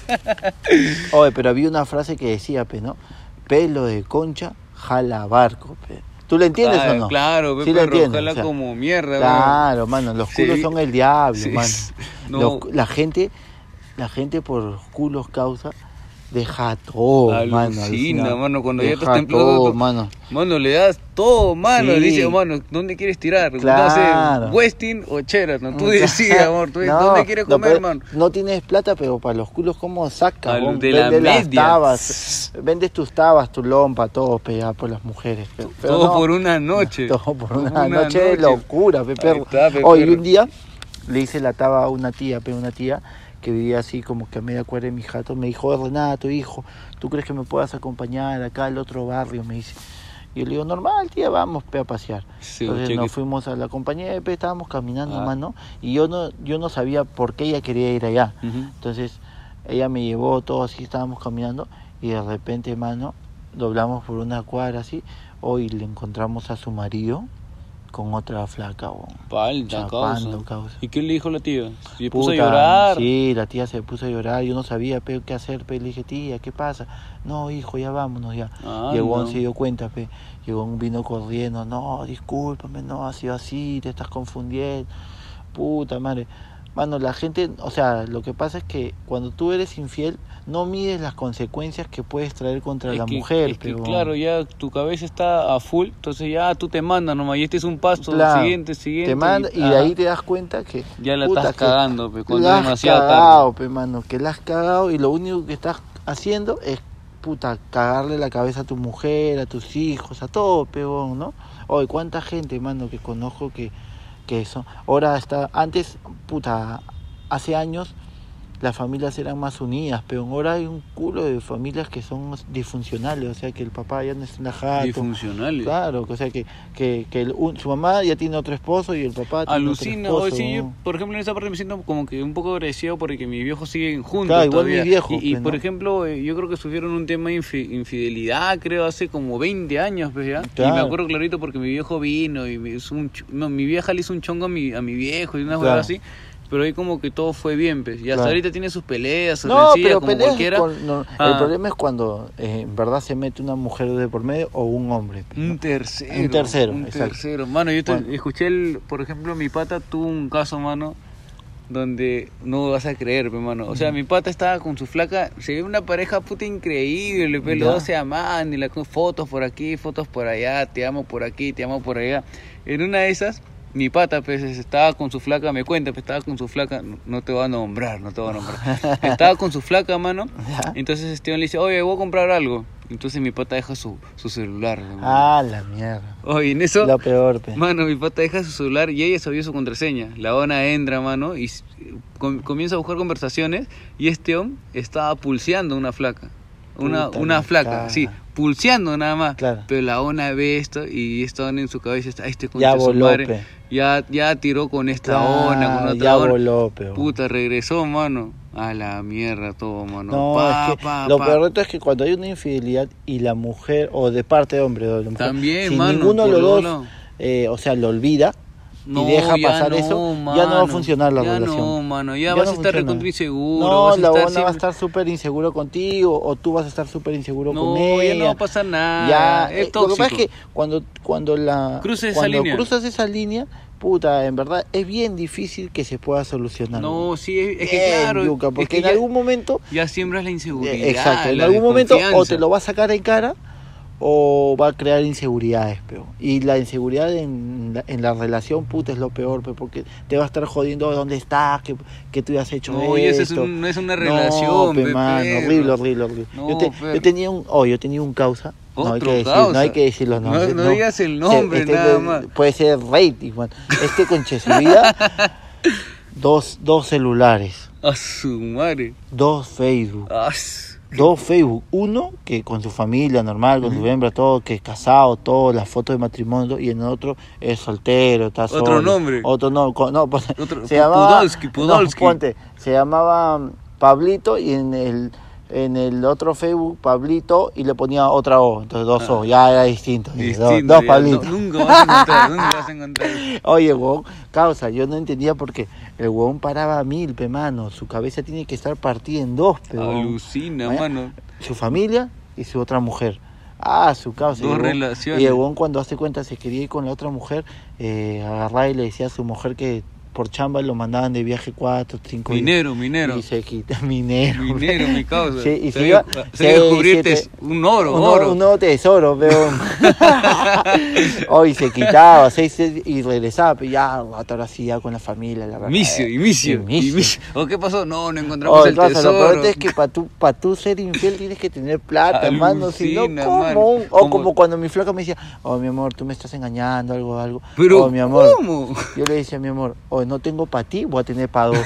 [SPEAKER 2] Oye, pero había una frase que decía, pe, ¿no? Pelo de concha, jala barco, pe. ¿Tú la entiendes
[SPEAKER 1] Claro,
[SPEAKER 2] o no?
[SPEAKER 1] Ah, Claro, pe,
[SPEAKER 2] Sí la
[SPEAKER 1] perro.
[SPEAKER 2] entiendes,
[SPEAKER 1] ojalá
[SPEAKER 2] o sea,
[SPEAKER 1] como mierda, weón.
[SPEAKER 2] Claro, mano, los
[SPEAKER 1] Sí.
[SPEAKER 2] culos son el diablo,
[SPEAKER 1] Sí,
[SPEAKER 2] mano.
[SPEAKER 1] sí. No.
[SPEAKER 2] Los- la gente, la gente por culos causa deja todo, mano.
[SPEAKER 1] Alucina, mano, cuando ya
[SPEAKER 2] deja
[SPEAKER 1] estás templado,
[SPEAKER 2] todo,
[SPEAKER 1] todo.
[SPEAKER 2] mano.
[SPEAKER 1] Mano, le das todo, mano. Le
[SPEAKER 2] Sí.
[SPEAKER 1] dices, mano, ¿dónde quieres tirar?
[SPEAKER 2] Claro.
[SPEAKER 1] No sé, Westin o Sheraton. Tú
[SPEAKER 2] Mm,
[SPEAKER 1] decides,
[SPEAKER 2] claro.
[SPEAKER 1] amor. Tú dices,
[SPEAKER 2] No,
[SPEAKER 1] ¿dónde quieres
[SPEAKER 2] no,
[SPEAKER 1] comer,
[SPEAKER 2] pero
[SPEAKER 1] mano?
[SPEAKER 2] No tienes plata, pero para los culos, ¿cómo sacas?
[SPEAKER 1] Al-
[SPEAKER 2] vos?
[SPEAKER 1] de la
[SPEAKER 2] Vende las
[SPEAKER 1] media.
[SPEAKER 2] tabas. Vendes tus tabas, tu lompa, todo pegado por las mujeres. pe. Pero
[SPEAKER 1] todo
[SPEAKER 2] no,
[SPEAKER 1] por una noche.
[SPEAKER 2] Todo por una, noche de locura, pe,
[SPEAKER 1] Ahí
[SPEAKER 2] perro.
[SPEAKER 1] está, pe,
[SPEAKER 2] Hoy
[SPEAKER 1] perro.
[SPEAKER 2] un día le hice la taba a una tía, pe, una tía que vivía así como que a media cuadra de mi jato. Me dijo, Renato, hijo, ¿tú crees que me puedas acompañar acá al otro barrio? Me dice. Y yo le digo, normal, tía, vamos, pe, a pasear.
[SPEAKER 1] Sí,
[SPEAKER 2] Entonces
[SPEAKER 1] cheque.
[SPEAKER 2] nos fuimos a la compañía de pe, estábamos caminando,
[SPEAKER 1] Ah.
[SPEAKER 2] mano, y yo no, yo no sabía por qué ella quería ir allá.
[SPEAKER 1] Ujú.
[SPEAKER 2] Entonces ella me llevó, todo así, estábamos caminando y de repente, mano, doblamos por una cuadra así, hoy le encontramos a su marido con otra flaca, weón.
[SPEAKER 1] Palta,
[SPEAKER 2] Chapando,
[SPEAKER 1] causa.
[SPEAKER 2] causa.
[SPEAKER 1] ¿Y qué le dijo la tía? Se puso
[SPEAKER 2] Puta,
[SPEAKER 1] a llorar.
[SPEAKER 2] Sí, la tía se puso a llorar, yo no sabía pe, qué hacer, pe. le dije, tía, ¿qué pasa? No, hijo, ya vámonos, ya.
[SPEAKER 1] Ah,
[SPEAKER 2] y el huevón
[SPEAKER 1] no.
[SPEAKER 2] se dio cuenta, pe. Llegó un vino corriendo, no, discúlpame, no, ha sido así, te estás confundiendo. Puta madre. Mano, la gente, o sea, lo que pasa es que cuando tú eres infiel, no mides las consecuencias que puedes traer contra
[SPEAKER 1] Es
[SPEAKER 2] la
[SPEAKER 1] que-
[SPEAKER 2] mujer,
[SPEAKER 1] es que,
[SPEAKER 2] pe, huevón.
[SPEAKER 1] claro, ya tu cabeza está a full, entonces ya tú te mandas nomás, y este es un paso,
[SPEAKER 2] Claro.
[SPEAKER 1] siguiente, siguiente.
[SPEAKER 2] Te manda, y de
[SPEAKER 1] ajá.
[SPEAKER 2] ahí te das cuenta que.
[SPEAKER 1] Ya la
[SPEAKER 2] puta,
[SPEAKER 1] estás
[SPEAKER 2] que
[SPEAKER 1] cagando, pe, cuando
[SPEAKER 2] la
[SPEAKER 1] es
[SPEAKER 2] has
[SPEAKER 1] demasiado
[SPEAKER 2] cagado, pe, mano, que la has cagado y lo único que estás haciendo es, puta, cagarle la cabeza a tu mujer, a tus hijos, a todo, peón, ¿no? Hoy, cuánta gente, mano, que conozco que, que eso. Ahora está, antes, puta, hace años las familias eran más unidas, pero ahora hay un culo de familias que son disfuncionales, o sea, que el papá ya no está en la
[SPEAKER 1] tarde.
[SPEAKER 2] jata.
[SPEAKER 1] Disfuncionales.
[SPEAKER 2] Claro, o sea que, que, que el- un- su mamá ya tiene otro esposo y el papá tiene
[SPEAKER 1] Alucina,
[SPEAKER 2] otro
[SPEAKER 1] hoy
[SPEAKER 2] esposo.
[SPEAKER 1] sí, yo,
[SPEAKER 2] ¿no?
[SPEAKER 1] por ejemplo, en esa parte me siento como que un poco agradecido porque mis viejos siguen juntos.
[SPEAKER 2] Claro, igual
[SPEAKER 1] todavía.
[SPEAKER 2] mis viejos,
[SPEAKER 1] Y, y,
[SPEAKER 2] pe,
[SPEAKER 1] por
[SPEAKER 2] ¿no?
[SPEAKER 1] ejemplo, eh, yo creo que sufrieron un tema de infi- infidelidad, creo, hace como 20 años, pues ya. Y me
[SPEAKER 2] Claro.
[SPEAKER 1] acuerdo clarito porque mi viejo vino y me hizo un ch- no, mi vieja le hizo un chongo a mi, a mi viejo y una
[SPEAKER 2] Claro.
[SPEAKER 1] así. pero ahí como que todo fue bien, pues. Y hasta
[SPEAKER 2] Claro.
[SPEAKER 1] ahorita tiene sus peleas, sus
[SPEAKER 2] No,
[SPEAKER 1] rencillas,
[SPEAKER 2] pero
[SPEAKER 1] como
[SPEAKER 2] peleas
[SPEAKER 1] cualquiera.
[SPEAKER 2] con- no,
[SPEAKER 1] Ah.
[SPEAKER 2] el problema es cuando eh, en verdad se mete una mujer de por medio o un hombre. pues, ¿no?
[SPEAKER 1] Un tercero.
[SPEAKER 2] Un tercero,
[SPEAKER 1] Un
[SPEAKER 2] exacto.
[SPEAKER 1] tercero. Mano, yo te-
[SPEAKER 2] Bueno.
[SPEAKER 1] escuché, el, por ejemplo, mi pata tuvo un caso, mano, donde no vas a creer, pe, mano. O sea, mi pata estaba con su flaca, se ve una pareja puta increíble, pe, los
[SPEAKER 2] Ya.
[SPEAKER 1] dos se amaban, y la, fotos por aquí, fotos por allá, te amo por aquí, te amo por allá. En una de esas, mi pata, pues, estaba con su flaca, me cuenta, pues, estaba con su flaca, no, no te voy a nombrar, no te voy a nombrar. estaba con su flaca, mano,
[SPEAKER 2] Ya.
[SPEAKER 1] entonces este hombre le dice, oye, voy a comprar algo. Entonces mi pata deja su, su celular. pe, mano.
[SPEAKER 2] Ah, la mierda.
[SPEAKER 1] Oye, en eso,
[SPEAKER 2] Lo peor, pe.
[SPEAKER 1] mano, mi pata deja su celular y ella sabía su contraseña. La ona entra, mano, y s- com- comienza a buscar conversaciones y este hombre estaba pulseando una flaca. Una,
[SPEAKER 2] Puta
[SPEAKER 1] una
[SPEAKER 2] la
[SPEAKER 1] flaca,
[SPEAKER 2] cara.
[SPEAKER 1] sí, pulseando nada más.
[SPEAKER 2] Claro.
[SPEAKER 1] Pero la ona ve esto y esta ona en su cabeza está, este
[SPEAKER 2] Ya
[SPEAKER 1] concha de su
[SPEAKER 2] voló,
[SPEAKER 1] madre,
[SPEAKER 2] pe.
[SPEAKER 1] ya, ya tiró con esta ona, con
[SPEAKER 2] Ah,
[SPEAKER 1] otra
[SPEAKER 2] ya
[SPEAKER 1] ona.
[SPEAKER 2] voló, pe.
[SPEAKER 1] Puta, regresó, mano. A la mierda todo, mano.
[SPEAKER 2] No,
[SPEAKER 1] Pa,
[SPEAKER 2] es que
[SPEAKER 1] pa,
[SPEAKER 2] lo
[SPEAKER 1] pa.
[SPEAKER 2] peor de todo es que cuando hay una infidelidad y la mujer, o de parte de hombre o de mujer,
[SPEAKER 1] También,
[SPEAKER 2] si
[SPEAKER 1] mano,
[SPEAKER 2] ninguno
[SPEAKER 1] por
[SPEAKER 2] de los
[SPEAKER 1] dos
[SPEAKER 2] dos,
[SPEAKER 1] lados.
[SPEAKER 2] eh, o sea, lo olvida
[SPEAKER 1] No,
[SPEAKER 2] y deja
[SPEAKER 1] ya
[SPEAKER 2] pasar
[SPEAKER 1] no,
[SPEAKER 2] eso, ya no va
[SPEAKER 1] mano.
[SPEAKER 2] a funcionar la
[SPEAKER 1] Ya
[SPEAKER 2] relación.
[SPEAKER 1] no, mano, ya vas a estar
[SPEAKER 2] funciona.
[SPEAKER 1] recontra inseguro,
[SPEAKER 2] No,
[SPEAKER 1] vas a
[SPEAKER 2] la
[SPEAKER 1] estar
[SPEAKER 2] huevona va a
[SPEAKER 1] siempre-
[SPEAKER 2] estar súper inseguro contigo, o tú vas a estar súper inseguro
[SPEAKER 1] No,
[SPEAKER 2] con
[SPEAKER 1] ya
[SPEAKER 2] ella.
[SPEAKER 1] no va a pasar nada,
[SPEAKER 2] Ya,
[SPEAKER 1] es
[SPEAKER 2] eh, lo que pasa es
[SPEAKER 1] tóxico.
[SPEAKER 2] que cuando, cuando, la,
[SPEAKER 1] Cruces esa
[SPEAKER 2] cuando
[SPEAKER 1] línea.
[SPEAKER 2] cruzas esa línea, puta, en verdad es bien difícil que se pueda solucionar.
[SPEAKER 1] No, sí, es, es que
[SPEAKER 2] Bien,
[SPEAKER 1] claro.
[SPEAKER 2] yuca,
[SPEAKER 1] es
[SPEAKER 2] porque
[SPEAKER 1] que
[SPEAKER 2] en
[SPEAKER 1] ya,
[SPEAKER 2] algún momento
[SPEAKER 1] ya siembras la inseguridad.
[SPEAKER 2] eh, Exacto, en
[SPEAKER 1] la
[SPEAKER 2] algún momento o
[SPEAKER 1] desconfianza.
[SPEAKER 2] te lo va a sacar en cara o va a crear inseguridades, peo. Y la inseguridad en la, en la relación, puta, es lo peor, peo, porque te va a estar jodiendo dónde estás, que, que tú has hecho
[SPEAKER 1] No, y eso
[SPEAKER 2] esto.
[SPEAKER 1] es un- no es una
[SPEAKER 2] No,
[SPEAKER 1] relación,
[SPEAKER 2] pe,
[SPEAKER 1] pe,
[SPEAKER 2] mano,
[SPEAKER 1] perro.
[SPEAKER 2] horrible, horrible, horrible.
[SPEAKER 1] No,
[SPEAKER 2] yo, te-
[SPEAKER 1] perro.
[SPEAKER 2] yo tenía un, oh, yo tenía un causa. no, hay que
[SPEAKER 1] Otro
[SPEAKER 2] decir, no
[SPEAKER 1] causa.
[SPEAKER 2] hay que decir los
[SPEAKER 1] No-
[SPEAKER 2] nombres. este
[SPEAKER 1] no digas el nombre, nada más.
[SPEAKER 2] Puede ser rating, man. Este conche su vida, dos, dos celulares,
[SPEAKER 1] A su madre.
[SPEAKER 2] dos Facebook.
[SPEAKER 1] A su-
[SPEAKER 2] Dos Facebook. Uno que con su familia normal, con su hembra, todo, que es casado, todo, las fotos de matrimonio. Y en otro es soltero, está
[SPEAKER 1] Otro
[SPEAKER 2] solo.
[SPEAKER 1] nombre.
[SPEAKER 2] Otro no, co- no, pon-
[SPEAKER 1] Otro-
[SPEAKER 2] se
[SPEAKER 1] Pu-
[SPEAKER 2] llamaba.
[SPEAKER 1] Pudolsky,
[SPEAKER 2] no,
[SPEAKER 1] Pudolsky.
[SPEAKER 2] ponte, se llamaba mm, Pablito y en el, en el otro Facebook, Pablito, y le ponía otra O. Entonces dos O, ya era distinto. y dos-
[SPEAKER 1] Ah. Distinto,
[SPEAKER 2] dos
[SPEAKER 1] ya.
[SPEAKER 2] Pablitos.
[SPEAKER 1] No, nunca vas a encontrar, nunca vas a encontrar.
[SPEAKER 2] Oye, huevón, causa, yo no entendía por qué. El huevón paraba a mil, pe mano. Su cabeza tiene que estar partida en dos, pe huevón
[SPEAKER 1] Alucina,
[SPEAKER 2] Vaya-
[SPEAKER 1] mano.
[SPEAKER 2] su familia y su otra mujer. Ah, su causa.
[SPEAKER 1] Dos
[SPEAKER 2] Y el huevón-
[SPEAKER 1] relaciones.
[SPEAKER 2] Y el huevón cuando hace cuenta se quería ir con la otra mujer, eh, agarraba y le decía a su mujer que por chamba lo mandaban de viaje cuatro, cinco días.
[SPEAKER 1] Minero, minero.
[SPEAKER 2] Y se quita, minero.
[SPEAKER 1] Minero, mi causa.
[SPEAKER 2] Sí, y
[SPEAKER 1] Se
[SPEAKER 2] se
[SPEAKER 1] iba-
[SPEAKER 2] iba-
[SPEAKER 1] se iba a
[SPEAKER 2] seis,
[SPEAKER 1] descubrirte
[SPEAKER 2] siete-
[SPEAKER 1] un oro,
[SPEAKER 2] un,
[SPEAKER 1] oro.
[SPEAKER 2] un nuevo tesoro, weón. Hoy se quitaba, seis, seis, y regresaba, pero ya, rato ahora sí, ya con la familia, la verdad.
[SPEAKER 1] Micio, y micio, y
[SPEAKER 2] Inicio.
[SPEAKER 1] micio. ¿O Oh, qué pasó? No, no encontramos
[SPEAKER 2] Oye,
[SPEAKER 1] el
[SPEAKER 2] Rafa,
[SPEAKER 1] tesoro.
[SPEAKER 2] Lo peor es que para tú, pa tú ser infiel tienes que tener plata, mano. Si no,
[SPEAKER 1] Alucina,
[SPEAKER 2] ¿cómo?
[SPEAKER 1] mano.
[SPEAKER 2] O
[SPEAKER 1] Como-
[SPEAKER 2] como cuando mi flaca me decía, oh, mi amor, tú me estás engañando, algo, algo.
[SPEAKER 1] Pero,
[SPEAKER 2] oh, mi amor.
[SPEAKER 1] ¿cómo?
[SPEAKER 2] Yo le decía a mi amor, oh, no tengo para ti, voy a tener para dos.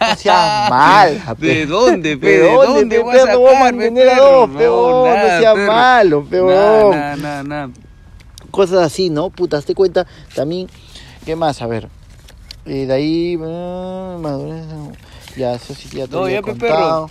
[SPEAKER 2] No seas mal,
[SPEAKER 1] ¿De dónde, pe?
[SPEAKER 2] ¿De dónde, pe,
[SPEAKER 1] vas a
[SPEAKER 2] perro? Voy a
[SPEAKER 1] sacar, pe,
[SPEAKER 2] mantener a
[SPEAKER 1] perro?
[SPEAKER 2] dos, pe, oh, no sea
[SPEAKER 1] perro.
[SPEAKER 2] malo, pe,
[SPEAKER 1] Nah,
[SPEAKER 2] oh.
[SPEAKER 1] nah, nah, nah.
[SPEAKER 2] Cosas así, ¿no? Puta, te cuenta también. ¿Qué más? A ver. Eh, de ahí. ah, madurez, no. Ya, eso sí, ya te
[SPEAKER 1] No,
[SPEAKER 2] había
[SPEAKER 1] ya, pe,
[SPEAKER 2] contado.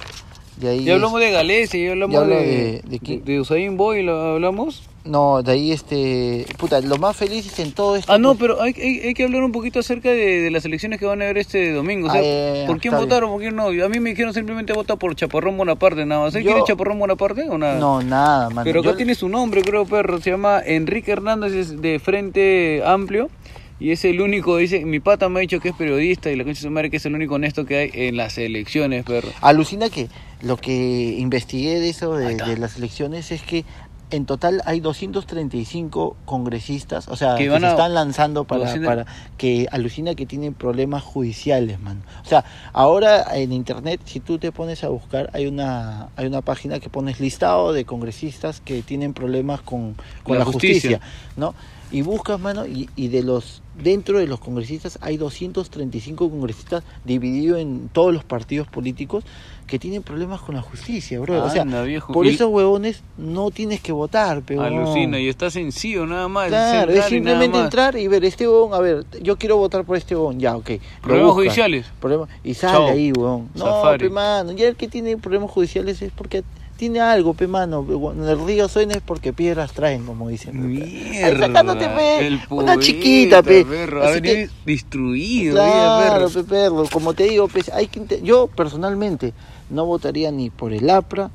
[SPEAKER 2] De ahí.
[SPEAKER 1] Ya hablamos de Galecia, ya
[SPEAKER 2] Ya
[SPEAKER 1] hablamos
[SPEAKER 2] hablo
[SPEAKER 1] de,
[SPEAKER 2] de- de qué?
[SPEAKER 1] de Usain Boy, ¿lo hablamos?
[SPEAKER 2] No, de ahí este. Puta, los más felices en todo esto.
[SPEAKER 1] Ah, no,
[SPEAKER 2] pues,
[SPEAKER 1] pero hay, hay- hay que hablar un poquito acerca de, de las elecciones que van a haber este domingo. O sea,
[SPEAKER 2] Ah, ya, ya,
[SPEAKER 1] ¿por quién
[SPEAKER 2] está bien.
[SPEAKER 1] votaron? ¿Por quién no? A mí me dijeron simplemente vota por Chaparrón Bonaparte, nada más. ¿Usted
[SPEAKER 2] Yo-
[SPEAKER 1] quiere Chaparrón Bonaparte o nada?
[SPEAKER 2] No, nada, mano.
[SPEAKER 1] Pero acá
[SPEAKER 2] Yo-
[SPEAKER 1] tiene su nombre, creo, perro. Se llama Enrique Hernández, es de Frente Amplio. Y es el único, dice, mi pata me ha dicho que es periodista y la concha de su madre que es el único honesto que hay en las elecciones, perro.
[SPEAKER 2] Alucina que lo que investigué de eso, de, de las elecciones, es que en total hay 235 congresistas, o sea,
[SPEAKER 1] Que
[SPEAKER 2] que,
[SPEAKER 1] van
[SPEAKER 2] se
[SPEAKER 1] a-
[SPEAKER 2] están lanzando para,
[SPEAKER 1] alucina-
[SPEAKER 2] para que alucina que tienen problemas judiciales, man. O sea, ahora en internet, si tú te pones a buscar, hay una hay una página que pones listado de congresistas que tienen problemas con, con
[SPEAKER 1] La
[SPEAKER 2] la,
[SPEAKER 1] justicia.
[SPEAKER 2] justicia, ¿no? Y buscas, mano, y, y de los dentro de los congresistas hay 235 congresistas divididos en todos los partidos políticos que tienen problemas con la justicia, bro. o sea,
[SPEAKER 1] Anda, Ah, viejo.
[SPEAKER 2] por
[SPEAKER 1] Y
[SPEAKER 2] esos huevones no tienes que votar, pero
[SPEAKER 1] Alucina, y está sencillo, nada más. entrar
[SPEAKER 2] Claro, es
[SPEAKER 1] y nada
[SPEAKER 2] simplemente
[SPEAKER 1] más.
[SPEAKER 2] entrar y ver este huevón, a ver, yo quiero votar por este huevón, ya, ok. lo
[SPEAKER 1] Problemas
[SPEAKER 2] buscas.
[SPEAKER 1] judiciales.
[SPEAKER 2] Problema- y sale
[SPEAKER 1] Chao.
[SPEAKER 2] ahí, huevón. No,
[SPEAKER 1] Safari.
[SPEAKER 2] pe, mano, ya el que tiene problemas judiciales es porque Tiene algo, pe mano. En el río suena es porque piedras traen, como dicen. pe. Ay,
[SPEAKER 1] Mierda.
[SPEAKER 2] sacándote, pe,
[SPEAKER 1] el
[SPEAKER 2] una chiquita,
[SPEAKER 1] poeta,
[SPEAKER 2] pe.
[SPEAKER 1] perro. Ha
[SPEAKER 2] Así que-
[SPEAKER 1] venido destruido,
[SPEAKER 2] Claro,
[SPEAKER 1] mira,
[SPEAKER 2] pe, perro. Como te digo, pues, hay que inte- yo personalmente no votaría ni por el APRA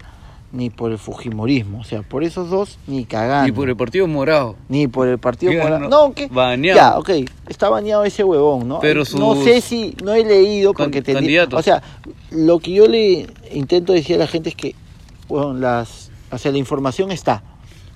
[SPEAKER 2] ni por el Fujimorismo. O sea, por esos dos ni cagando.
[SPEAKER 1] Y por el partido morado.
[SPEAKER 2] Ni por el Partido
[SPEAKER 1] Mira,
[SPEAKER 2] Morado.
[SPEAKER 1] no,
[SPEAKER 2] No, que.
[SPEAKER 1] baneado.
[SPEAKER 2] Ya, ok. Está baneado ese huevón, ¿no?
[SPEAKER 1] Pero sus-
[SPEAKER 2] No sé si. No he leído
[SPEAKER 1] Can-
[SPEAKER 2] porque tendría-
[SPEAKER 1] candidatos.
[SPEAKER 2] O sea, lo que yo le intento decir a la gente es que. Bueno, las. O sea, la información está.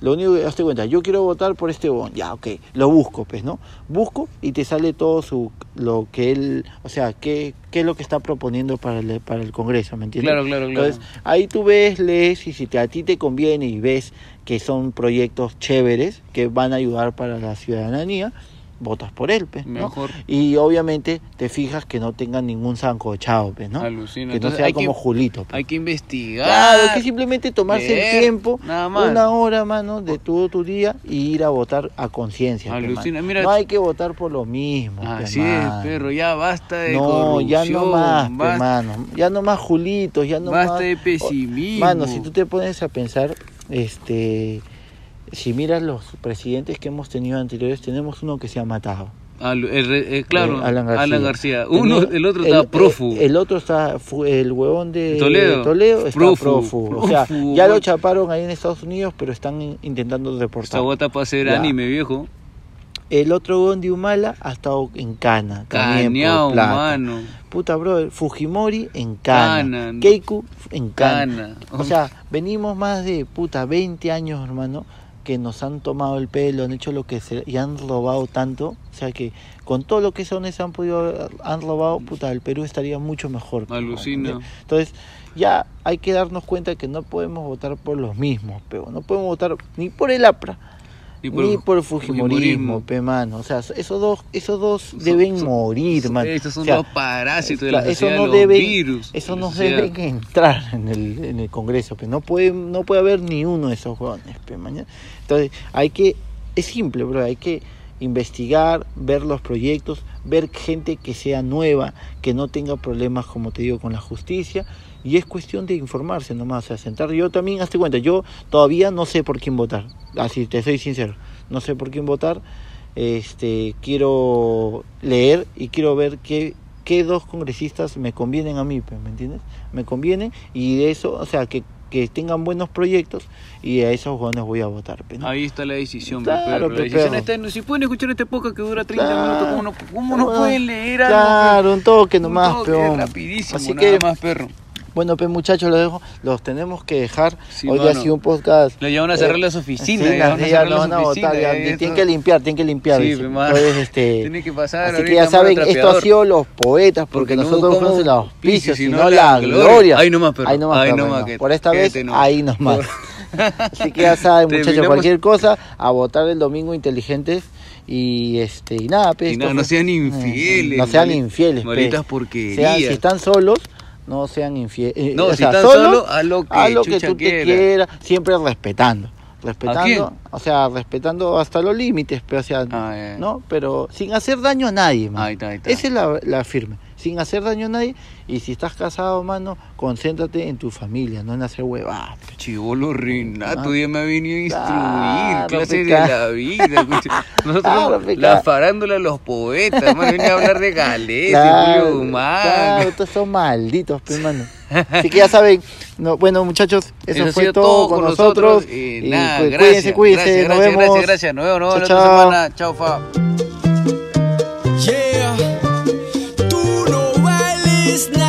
[SPEAKER 2] Lo único que hazte cuenta, yo quiero votar por este huevón. Ya, ok. Lo busco, pues, ¿no? Busco y te sale todo su. Lo que él. O sea, qué, qué es lo que está proponiendo para el, para el Congreso, ¿me entiendes?
[SPEAKER 1] Claro, claro, claro.
[SPEAKER 2] Entonces, Ahí tú ves, lees y si te, a ti te conviene y ves que son proyectos chéveres que van a ayudar para la ciudadanía, votas por él, pues, ¿no?
[SPEAKER 1] Mejor.
[SPEAKER 2] Y obviamente te fijas que no tengan ningún sancochado, pues, ¿no?
[SPEAKER 1] Alucina.
[SPEAKER 2] Que no
[SPEAKER 1] Entonces,
[SPEAKER 2] sea
[SPEAKER 1] hay que-
[SPEAKER 2] como Julito. pues.
[SPEAKER 1] Hay que investigar.
[SPEAKER 2] Claro, que simplemente tomarse
[SPEAKER 1] leer,
[SPEAKER 2] el tiempo,
[SPEAKER 1] nada más.
[SPEAKER 2] una hora, mano, de todo tu día y ir a votar a conciencia. pues, mano.
[SPEAKER 1] Alucina, mira-
[SPEAKER 2] No hay que votar por lo mismo. pues,
[SPEAKER 1] Así es,
[SPEAKER 2] mano.
[SPEAKER 1] perro. Ya basta de
[SPEAKER 2] No,
[SPEAKER 1] corrupción.
[SPEAKER 2] ya no más, pe,
[SPEAKER 1] basta-
[SPEAKER 2] mano. Ya no más Julitos, ya no
[SPEAKER 1] Basta
[SPEAKER 2] más.
[SPEAKER 1] de
[SPEAKER 2] O-
[SPEAKER 1] pesimismo.
[SPEAKER 2] Mano, si tú te pones a pensar, este. Si miras los presidentes que hemos tenido anteriores, tenemos uno que se ha matado.
[SPEAKER 1] Al- el re- eh, claro,
[SPEAKER 2] eh,
[SPEAKER 1] Alan García. Uno,
[SPEAKER 2] Tenía-
[SPEAKER 1] el otro está prófugo.
[SPEAKER 2] El otro está, fu- el huevón de
[SPEAKER 1] Toledo.
[SPEAKER 2] está
[SPEAKER 1] Prófugo,
[SPEAKER 2] prófugo. O sea,
[SPEAKER 1] prófugo,
[SPEAKER 2] ya
[SPEAKER 1] güey.
[SPEAKER 2] lo chaparon ahí en Estados Unidos, pero están in- intentando
[SPEAKER 1] Esta
[SPEAKER 2] deportar.
[SPEAKER 1] bota para hacer
[SPEAKER 2] Ya.
[SPEAKER 1] anime, viejo.
[SPEAKER 2] El otro huevón de Humala ha estado en Cana. también por
[SPEAKER 1] Caneado,
[SPEAKER 2] plata.
[SPEAKER 1] mano.
[SPEAKER 2] Puta, brother, Fujimori en Cana,
[SPEAKER 1] Cana.
[SPEAKER 2] Keiku en Cana.
[SPEAKER 1] Cana.
[SPEAKER 2] O sea, venimos más de, puta, 20 años, hermano, que nos han tomado el pelo, han hecho lo que se... y han robado tanto. O sea que con todo lo que son han podido, han robado, puta, el Perú estaría mucho mejor. pe,
[SPEAKER 1] Alucina.
[SPEAKER 2] hermano, ¿ya? Entonces, ya hay que darnos cuenta que no podemos votar por los mismos, pero no podemos votar ni por el APRA.
[SPEAKER 1] Y
[SPEAKER 2] Ni por el fujimorismo,
[SPEAKER 1] fujimorismo.
[SPEAKER 2] pe mano. O sea, esos dos, esos dos
[SPEAKER 1] Son-
[SPEAKER 2] deben
[SPEAKER 1] son-
[SPEAKER 2] morir, man.
[SPEAKER 1] Estos son
[SPEAKER 2] O sea,
[SPEAKER 1] los parásitos de
[SPEAKER 2] Claro,
[SPEAKER 1] la sociedad,
[SPEAKER 2] eso no
[SPEAKER 1] los
[SPEAKER 2] deben,
[SPEAKER 1] virus. de
[SPEAKER 2] Eso
[SPEAKER 1] la
[SPEAKER 2] no
[SPEAKER 1] sociedad.
[SPEAKER 2] deben entrar en el, en el Congreso, pero no puede, no puede haber ni uno de esos huevones, pe, maña. Entonces, hay que, es simple, bro, hay que investigar, ver los proyectos, ver gente que sea nueva, que no tenga problemas, como te digo, con la justicia, y es cuestión de informarse nomás, o sea, sentar. Yo también, hazte cuenta, yo todavía no sé por quién votar, así te soy sincero, no sé por quién votar, este, quiero leer y quiero ver qué, qué dos congresistas me convienen a mí, pues, ¿me entiendes? Me convienen y de eso, o sea, que, que tengan buenos proyectos y a esos jóvenes voy a votar. pues, ¿no?
[SPEAKER 1] Ahí está la decisión, pe,
[SPEAKER 2] Claro,
[SPEAKER 1] perro.
[SPEAKER 2] pe,
[SPEAKER 1] La decisión
[SPEAKER 2] perro.
[SPEAKER 1] está en- Si pueden escuchar este podcast que dura 30
[SPEAKER 2] Claro.
[SPEAKER 1] minutos, ¿cómo no, cómo no pueden leer algo? pe?
[SPEAKER 2] Claro, un toque
[SPEAKER 1] Un
[SPEAKER 2] nomás,
[SPEAKER 1] toque
[SPEAKER 2] peón.
[SPEAKER 1] rapidísimo,
[SPEAKER 2] Así
[SPEAKER 1] nada
[SPEAKER 2] que,
[SPEAKER 1] más, perro.
[SPEAKER 2] bueno, pues muchachos, los dejo, los tenemos que dejar.
[SPEAKER 1] Sí,
[SPEAKER 2] Hoy día
[SPEAKER 1] mano.
[SPEAKER 2] ha sido un podcast.
[SPEAKER 1] Le llevan a cerrar las oficinas,
[SPEAKER 2] eh, sí,
[SPEAKER 1] ya van a
[SPEAKER 2] sí,
[SPEAKER 1] cerrar
[SPEAKER 2] no
[SPEAKER 1] las
[SPEAKER 2] van a
[SPEAKER 1] oficinas,
[SPEAKER 2] votar,
[SPEAKER 1] ya
[SPEAKER 2] ya,
[SPEAKER 1] esto-
[SPEAKER 2] tienen que limpiar, tienen que limpiar.
[SPEAKER 1] Sí,
[SPEAKER 2] dicen.
[SPEAKER 1] pe, mano.
[SPEAKER 2] Entonces, este,
[SPEAKER 1] Tienen que pasar
[SPEAKER 2] Así que
[SPEAKER 1] ahorita
[SPEAKER 2] ya saben,
[SPEAKER 1] mano
[SPEAKER 2] esto ha
[SPEAKER 1] trapeador.
[SPEAKER 2] sido los poetas,
[SPEAKER 1] Porque
[SPEAKER 2] porque,
[SPEAKER 1] no
[SPEAKER 2] nosotros no
[SPEAKER 1] como
[SPEAKER 2] fuimos el auspicio, sino la gloria.
[SPEAKER 1] Ahí nomás, perro.
[SPEAKER 2] Ahí nomás,
[SPEAKER 1] Ahí
[SPEAKER 2] perro,
[SPEAKER 1] nomás,
[SPEAKER 2] ahí
[SPEAKER 1] que-
[SPEAKER 2] Por esta
[SPEAKER 1] que
[SPEAKER 2] vez,
[SPEAKER 1] te no-
[SPEAKER 2] ahí nomás. Así que ya saben, muchachos,
[SPEAKER 1] Terminamos-
[SPEAKER 2] cualquier cosa, a votar el domingo inteligentes y este y nada, pe,
[SPEAKER 1] Y
[SPEAKER 2] esto
[SPEAKER 1] nada, no
[SPEAKER 2] fue-
[SPEAKER 1] sean
[SPEAKER 2] eh,
[SPEAKER 1] infieles,
[SPEAKER 2] No sean
[SPEAKER 1] mali-
[SPEAKER 2] infieles, pe.
[SPEAKER 1] malitas
[SPEAKER 2] Sean-
[SPEAKER 1] porquerías.
[SPEAKER 2] si están solos, no sean eh, infieles.
[SPEAKER 1] No, si están solos, haz lo que chucha
[SPEAKER 2] tú te
[SPEAKER 1] quieras.
[SPEAKER 2] quieras, siempre respetando.
[SPEAKER 1] ¿A quién?
[SPEAKER 2] Respetando, o sea, respetando hasta los límites, pero, o sea,
[SPEAKER 1] Ah, ya, ya.
[SPEAKER 2] ¿no? Pero sin hacer daño a nadie, mano.
[SPEAKER 1] Ahí está, ahí está.
[SPEAKER 2] Esa es la, la firme, sin hacer daño a nadie. Y si estás casado, mano, concéntrate en tu familia, no en hacer
[SPEAKER 1] Ah,
[SPEAKER 2] huevadas. pe.
[SPEAKER 1] Chivolo Renato,
[SPEAKER 2] Ah.
[SPEAKER 1] ya me ha venido a instruir,
[SPEAKER 2] Claro,
[SPEAKER 1] clases de
[SPEAKER 2] pica.
[SPEAKER 1] la vida.
[SPEAKER 2] Ah,
[SPEAKER 1] escucha. Nosotros,
[SPEAKER 2] Claro, pica.
[SPEAKER 1] la farándula, los poetas, man, venía a hablar de Galés, de Julio Guzmán.
[SPEAKER 2] claro, todos son malditos, pe, mano. Así que ya saben, no, bueno, muchachos, eso,
[SPEAKER 1] Eso ha
[SPEAKER 2] fue
[SPEAKER 1] sido
[SPEAKER 2] todo con nosotros.
[SPEAKER 1] Eh,
[SPEAKER 2] Y
[SPEAKER 1] nada,
[SPEAKER 2] cu-
[SPEAKER 1] gracias,
[SPEAKER 2] cuídense, cuídense,
[SPEAKER 1] gracias,
[SPEAKER 2] nos
[SPEAKER 1] gracias,
[SPEAKER 2] vemos.
[SPEAKER 1] Gracias, gracias, nos vemos, nos vemos
[SPEAKER 2] Chao,
[SPEAKER 1] la
[SPEAKER 2] chao.
[SPEAKER 1] otra semana. Chao, fa.
[SPEAKER 3] Yeah, tú no vales nada.